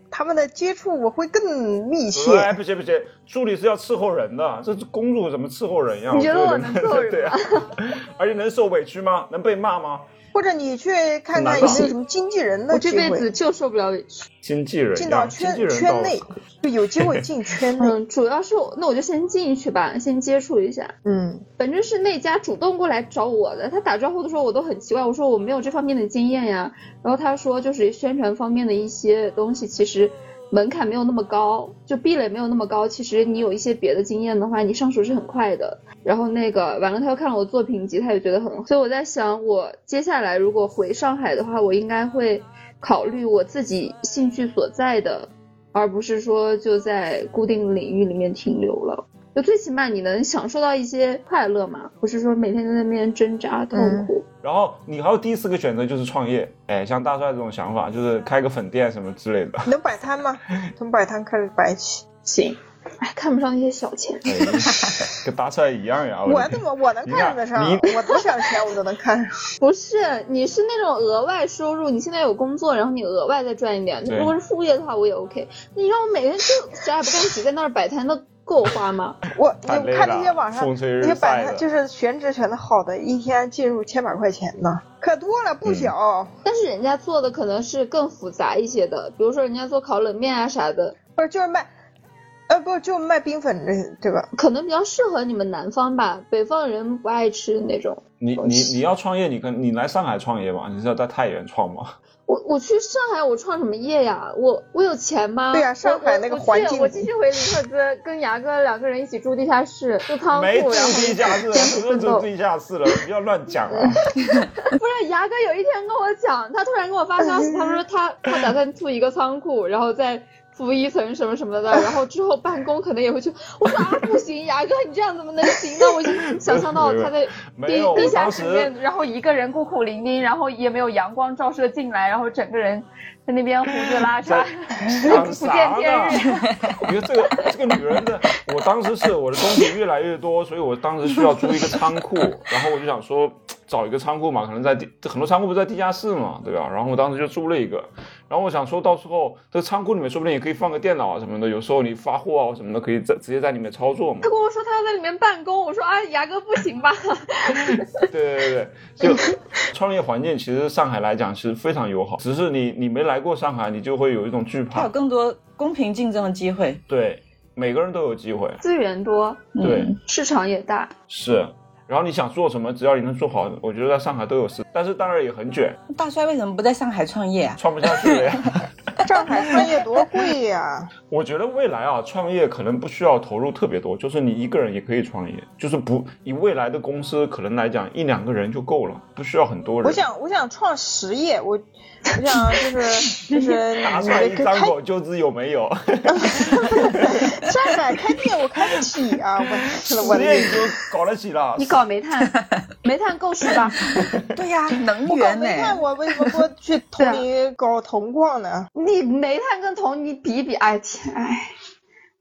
S2: 他们的接触会更密切。
S3: 哎，不行不行，助理是要伺候人的，这公主怎么伺候人呀？
S5: 你觉得我
S3: 觉
S5: 能伺候人
S3: 对啊，而且能受委屈吗？能被骂吗？
S2: 或者你去看看有没有什么经纪人的
S5: 我这
S2: 机
S5: 辈
S2: 会，
S5: 子就受不了委屈。
S3: 经纪人
S2: 进
S3: 呀
S2: 到
S3: 经纪
S2: 圈
S3: 人
S2: 圈
S3: 倒
S2: 内
S3: 是，
S2: 就有机会进 圈内。
S5: 嗯，主要是我那我就先进去吧，先接触一下。
S2: 嗯，
S5: 反正是那家主动过来找我的，他打招呼的时候我都很奇怪，我说我没有这方面的经验呀。然后他说就是宣传方面的一些东西，其实门槛没有那么高，就壁垒没有那么高。其实你有一些别的经验的话，你上手是很快的。然后那个完了，他又看了我作品集，他也觉得很好。所以我在想，我接下来如果回上海的话，我应该会考虑我自己兴趣所在的，而不是说就在固定领域里面停留了。就最起码你能享受到一些快乐嘛，不是说每天在那边挣扎痛苦。
S3: 然后你还有第四个选择就是创业，哎，像大帅这种想法，就是开个粉店什么之类的。
S2: 能摆摊吗？从摆摊开始摆起。
S5: 行，哎，看不上那些小钱。
S3: 哎，跟大帅一样呀。
S2: 我
S3: 的
S2: 怎
S3: 天
S2: 么我能
S3: 你
S2: 看
S3: 看
S2: 得上
S3: 你？
S2: 啊我多想钱我都能看上。
S5: 不是，你是那种额外收入，你现在有工作，然后你额外再赚一点。
S3: 对
S5: 如果是副业的话，我也 OK。你让我每天就啥也不干， 只在那儿摆摊，那够花吗？
S2: 我
S3: 太
S2: 你
S3: 累
S2: 看
S3: 了
S2: 那些网上
S3: 风吹日
S2: 那些
S3: 晒
S2: 摆
S3: 的
S2: 摊，就是选址选的好的，一天进入千把块钱呢，可多了
S3: 嗯
S2: 不小。
S5: 但是人家做的可能是更复杂一些的，比如说人家做烤冷面啊啥的，
S2: 不是就是卖，呃，不就卖冰粉这这个。
S5: 可能比较适合你们南方吧，北方人不爱吃那种。
S3: 你你你要创业，你跟你来上海创业嘛？你是要在太原创吗？
S5: 我我去上海，我创什么业呀？我我有钱吗？
S2: 对呀上海
S5: 我
S2: 那个环境
S5: 我我去我继续回林克孜，跟牙哥两个人一起住地下室，住仓
S2: 哦
S5: 库，
S3: 没
S5: 然
S3: 住
S2: 啊
S5: 后
S3: 地下室，
S5: 艰苦
S3: 啊不
S5: 奋
S3: 用
S5: 斗
S3: 住。地下室了，你不要乱讲啊！
S5: 不是牙哥有一天跟我讲，他突然跟我发消
S3: 哎
S5: 息，他说他他打算租一个仓 库，然后再租一层什么什么的，然后之后办公可能也会去。我说啊不行，牙哥你这样怎么能行呢？我就想象到他在
S3: 没
S5: 地
S3: 有，
S5: 地
S3: 我
S5: 下
S3: 当
S5: 室
S3: 时
S5: 里面，然后一个人孤苦伶仃，然后也没有阳光照射进来，然后整个人在那边胡子拉碴。
S3: 想
S5: 不见
S3: 啥
S5: 天
S3: 呢？你看这个这个女人的，我当时是我的东西越来越多，所以我当时需要租一个仓库，然后我就想说找一个仓库嘛，可能在地很多仓库不是在地下室嘛，对吧？然后我当时就租了一个，然后我想说到时候这个仓库里面说不定也可以放个电脑啊什么的，有时候你发货啊什么的可以在直接在里面操作嘛
S5: 他。跟我说他要在里面办公，我说啊，牙哥不 行吧？
S3: 对对对，就创业环境其实上海来讲是非常友好，只是你你没来过上海，你就会有一种惧
S6: 它
S3: 怕。
S6: 有更多公平竞争的机会。
S3: 对，每个人都有机会。
S5: 资源多，
S6: 嗯
S3: 对，
S5: 市场也大，
S3: 是。然后你想做什么，只要你能做好，我觉得在上海都有事。但是当然也很卷，
S6: 大帅为什么不在上海创业啊？
S3: 创不下去了呀。
S2: 上海创业多贵呀、
S3: 我觉得未来啊，创业可能不需要投入特别多，就是你一个人也可以创业，就是不以未来的公司可能来讲，一两个人就够了，不需要很多人。
S2: 我想，我想创实业，我我想 就是就是
S3: 打出来一
S2: 开
S3: 张口就知有没有，
S2: 上海开店，我开不起啊！我我
S3: 实业你就搞得起了。
S5: 你搞 煤炭，煤炭够吃吧？
S6: 对呀、能
S2: 我搞
S6: 源
S2: 煤
S6: 呢、
S2: 炭，我为什么不去同你搞铜矿呢？
S5: 你煤炭跟铜你比一比，哎天，哎，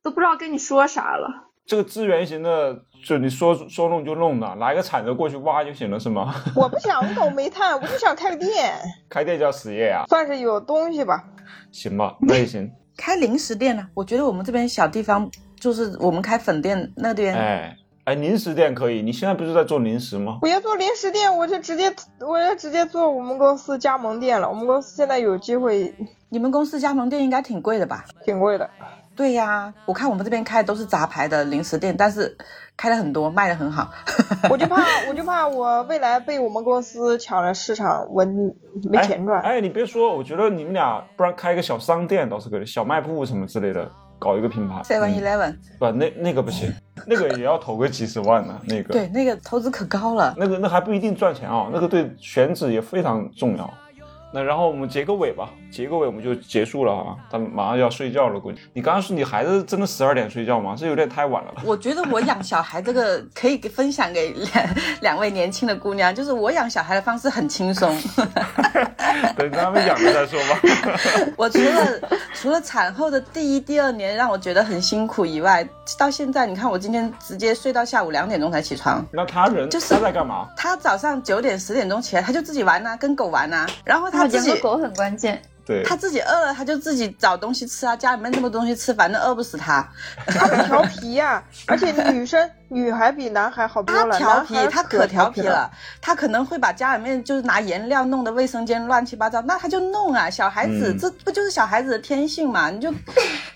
S5: 都不知道跟你说啥了。
S3: 这个资源型的，就你说说弄就弄的，拿一个铲子过去挖就行了，是吗？
S2: 我不想我搞煤炭，我就想开个店，
S3: 开店叫实业啊，
S2: 算是有东西吧。
S3: 行吧，那也行。
S6: 开零食店呢、我觉得我们这边小地方，就是我们开粉店那边
S3: 哎，哎，零食店可以，你现在不是在做零食吗？
S2: 我要做零食店，我就直接我要直接做我们公司加盟店了。我们公司现在有机会
S6: 你们公司加盟店应该挺贵的吧？
S2: 挺贵的，
S6: 对呀、我看我们这边开的都是杂牌的零食店，但是开的很多，卖的很好。
S2: 我就怕我就怕我未来被我们公司抢了市场，我没
S3: 哎
S2: 钱赚。
S3: 哎，你别说，我觉得你们俩不然开个小商店倒是可以，小卖部什么之类的，搞一个品牌。嗯
S6: Seven Eleven，
S3: 不，那那个不行，那个也要投个几十万呢、那个，
S6: 对，那个投资可高了。
S3: 那个那还不一定赚钱啊，那个对选址也非常重要。那然后我们结个尾吧，结个尾我们就结束了啊，他们马上就要睡觉了，估计。你刚刚说你孩子真的十二点睡觉吗？这有点太晚 了吧？
S6: 我觉得我养小孩这个可以给分享给两 两位年轻的姑娘，就是我养小孩的方式很轻松。
S3: 等他们养了再说吧。
S6: 我除了除了产后的第一、第二年让我觉得很辛苦以外，到现在你看我今天直接睡到下午两点钟才起床。
S3: 那他人、
S6: 就是
S3: 他在干嘛？
S6: 他早上九点十点钟起来，他就自己玩呐、跟狗玩呐、然后他
S5: 我
S6: 自
S5: 哦养
S6: 己
S5: 个狗很关键，
S3: 对，
S6: 他自己饿了，他就自己找东西吃啊，家里面那么多东西吃，反正饿不死他。
S2: 他很调皮呀、 而且女生女孩比男孩好多
S6: 他
S2: 了，
S6: 调
S2: 男
S6: 皮
S2: 孩，
S6: 他
S2: 可
S6: 可调皮了，他可能会把家里面就是拿颜料弄得卫生间乱七八糟，那他就弄啊，小孩子、
S3: 嗯
S6: 这不就是小孩子的天性嘛？你就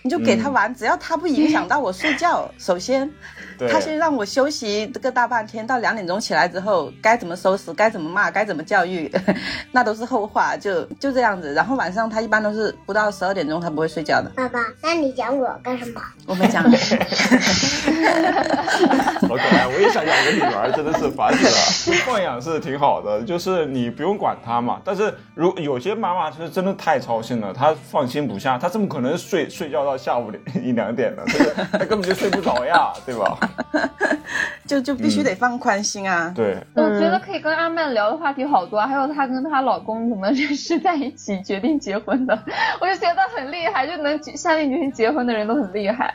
S6: 你就给他
S3: 嗯
S6: 玩，只要他不影响到我睡觉，首先
S3: 对
S6: 他先让我休息个大半天，到两点钟起来之后，该怎么收拾，该怎么骂，该怎么教育， 那都是后话，就就这样子。然后晚上他一般都是不到十二点钟他不会睡觉的，
S7: 爸爸，那你讲我干什么？
S6: 我没讲。
S3: 好可爱，我也想养个女儿，真的是烦死 了。放养是挺好的，就是你不用管她嘛。但是如有些妈妈就是真的太操心了，她放心不下，她怎么可能睡睡觉到下午一两点呢？这个她根本就睡不着呀，对吧？
S6: 就就必须得放宽心啊。
S3: 对，
S5: 我觉得可以跟阿曼聊的话题好多啊，还有她跟她老公怎么认识在一起、决定结婚的，我就觉得很厉害，就能决下定决心结婚的人都很厉害。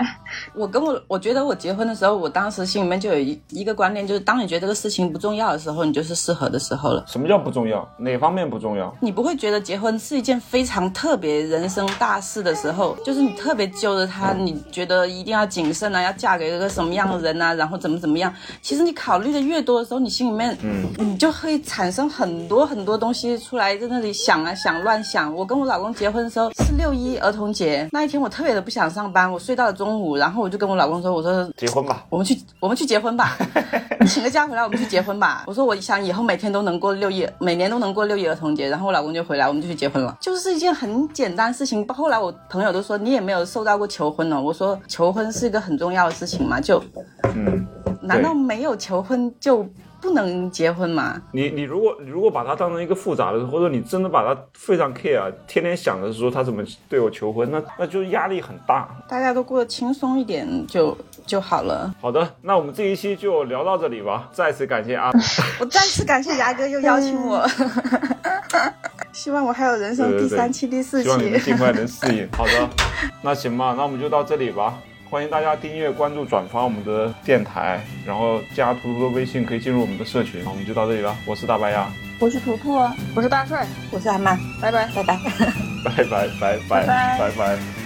S6: 我跟我我觉得我结婚的时候，我当时心里面就有一一个观念，就是当你觉得这个事情不重要的时候，你就是适合的时候了。
S3: 什么叫不重要？哪方面不重要？
S6: 你不会觉得结婚是一件非常特别人生大事的时候，就是你特别揪着他，你觉得一定要谨慎啊，要嫁给一个什么样的人啊，然后怎么怎么样。其实你考虑的越多的时候，你心里面，
S3: 嗯
S6: 你就会产生很多很多东西出来，在那里想啊想，乱想。我跟我老公结婚的时候是六一儿童节那一天，我特别的不想上班，我睡到了中午，然后我就跟我老公说，我说
S3: 结婚吧。
S6: 我们去我们去结婚 吧，你请个假回来，我们去结婚吧。我说我想以后每天都能过六一，每年都能过六一儿童节，然后我老公就回来，我们就去结婚了，就是一件很简单的事情。后来我朋友都说你也没有受到过求婚呢，我说求婚是一个很重要的事情嘛，就
S3: 嗯，
S6: 难道没有求婚就不能结婚吗？
S3: 你你如果你如果把它当成一个复杂的，或者你真的把它非常 care，天啊天想着说他怎么对我求婚，那那就压力很大。
S6: 大家都过得轻松一点就就好了。
S3: 好的，那我们这一期就聊到这里吧。再次感谢阿
S6: 我再次感谢牙哥又邀请我， 希望我还有人生
S3: 对对
S6: 第
S3: 对
S6: 三期、第四
S3: 嗯希望你们
S6: 期。
S3: 尽快能适应。好的，那行吧，那我们就到这里吧。欢迎大家订阅、关注、转发我们的电台，然后加图图的微信，可以进入我们的社群。好我们就到这里了，我是大白牙，
S5: 我是图图啊。
S2: 我是大帅，
S6: 我是阿曼，
S2: 拜拜。
S6: 拜拜。
S3: 拜拜拜拜拜拜。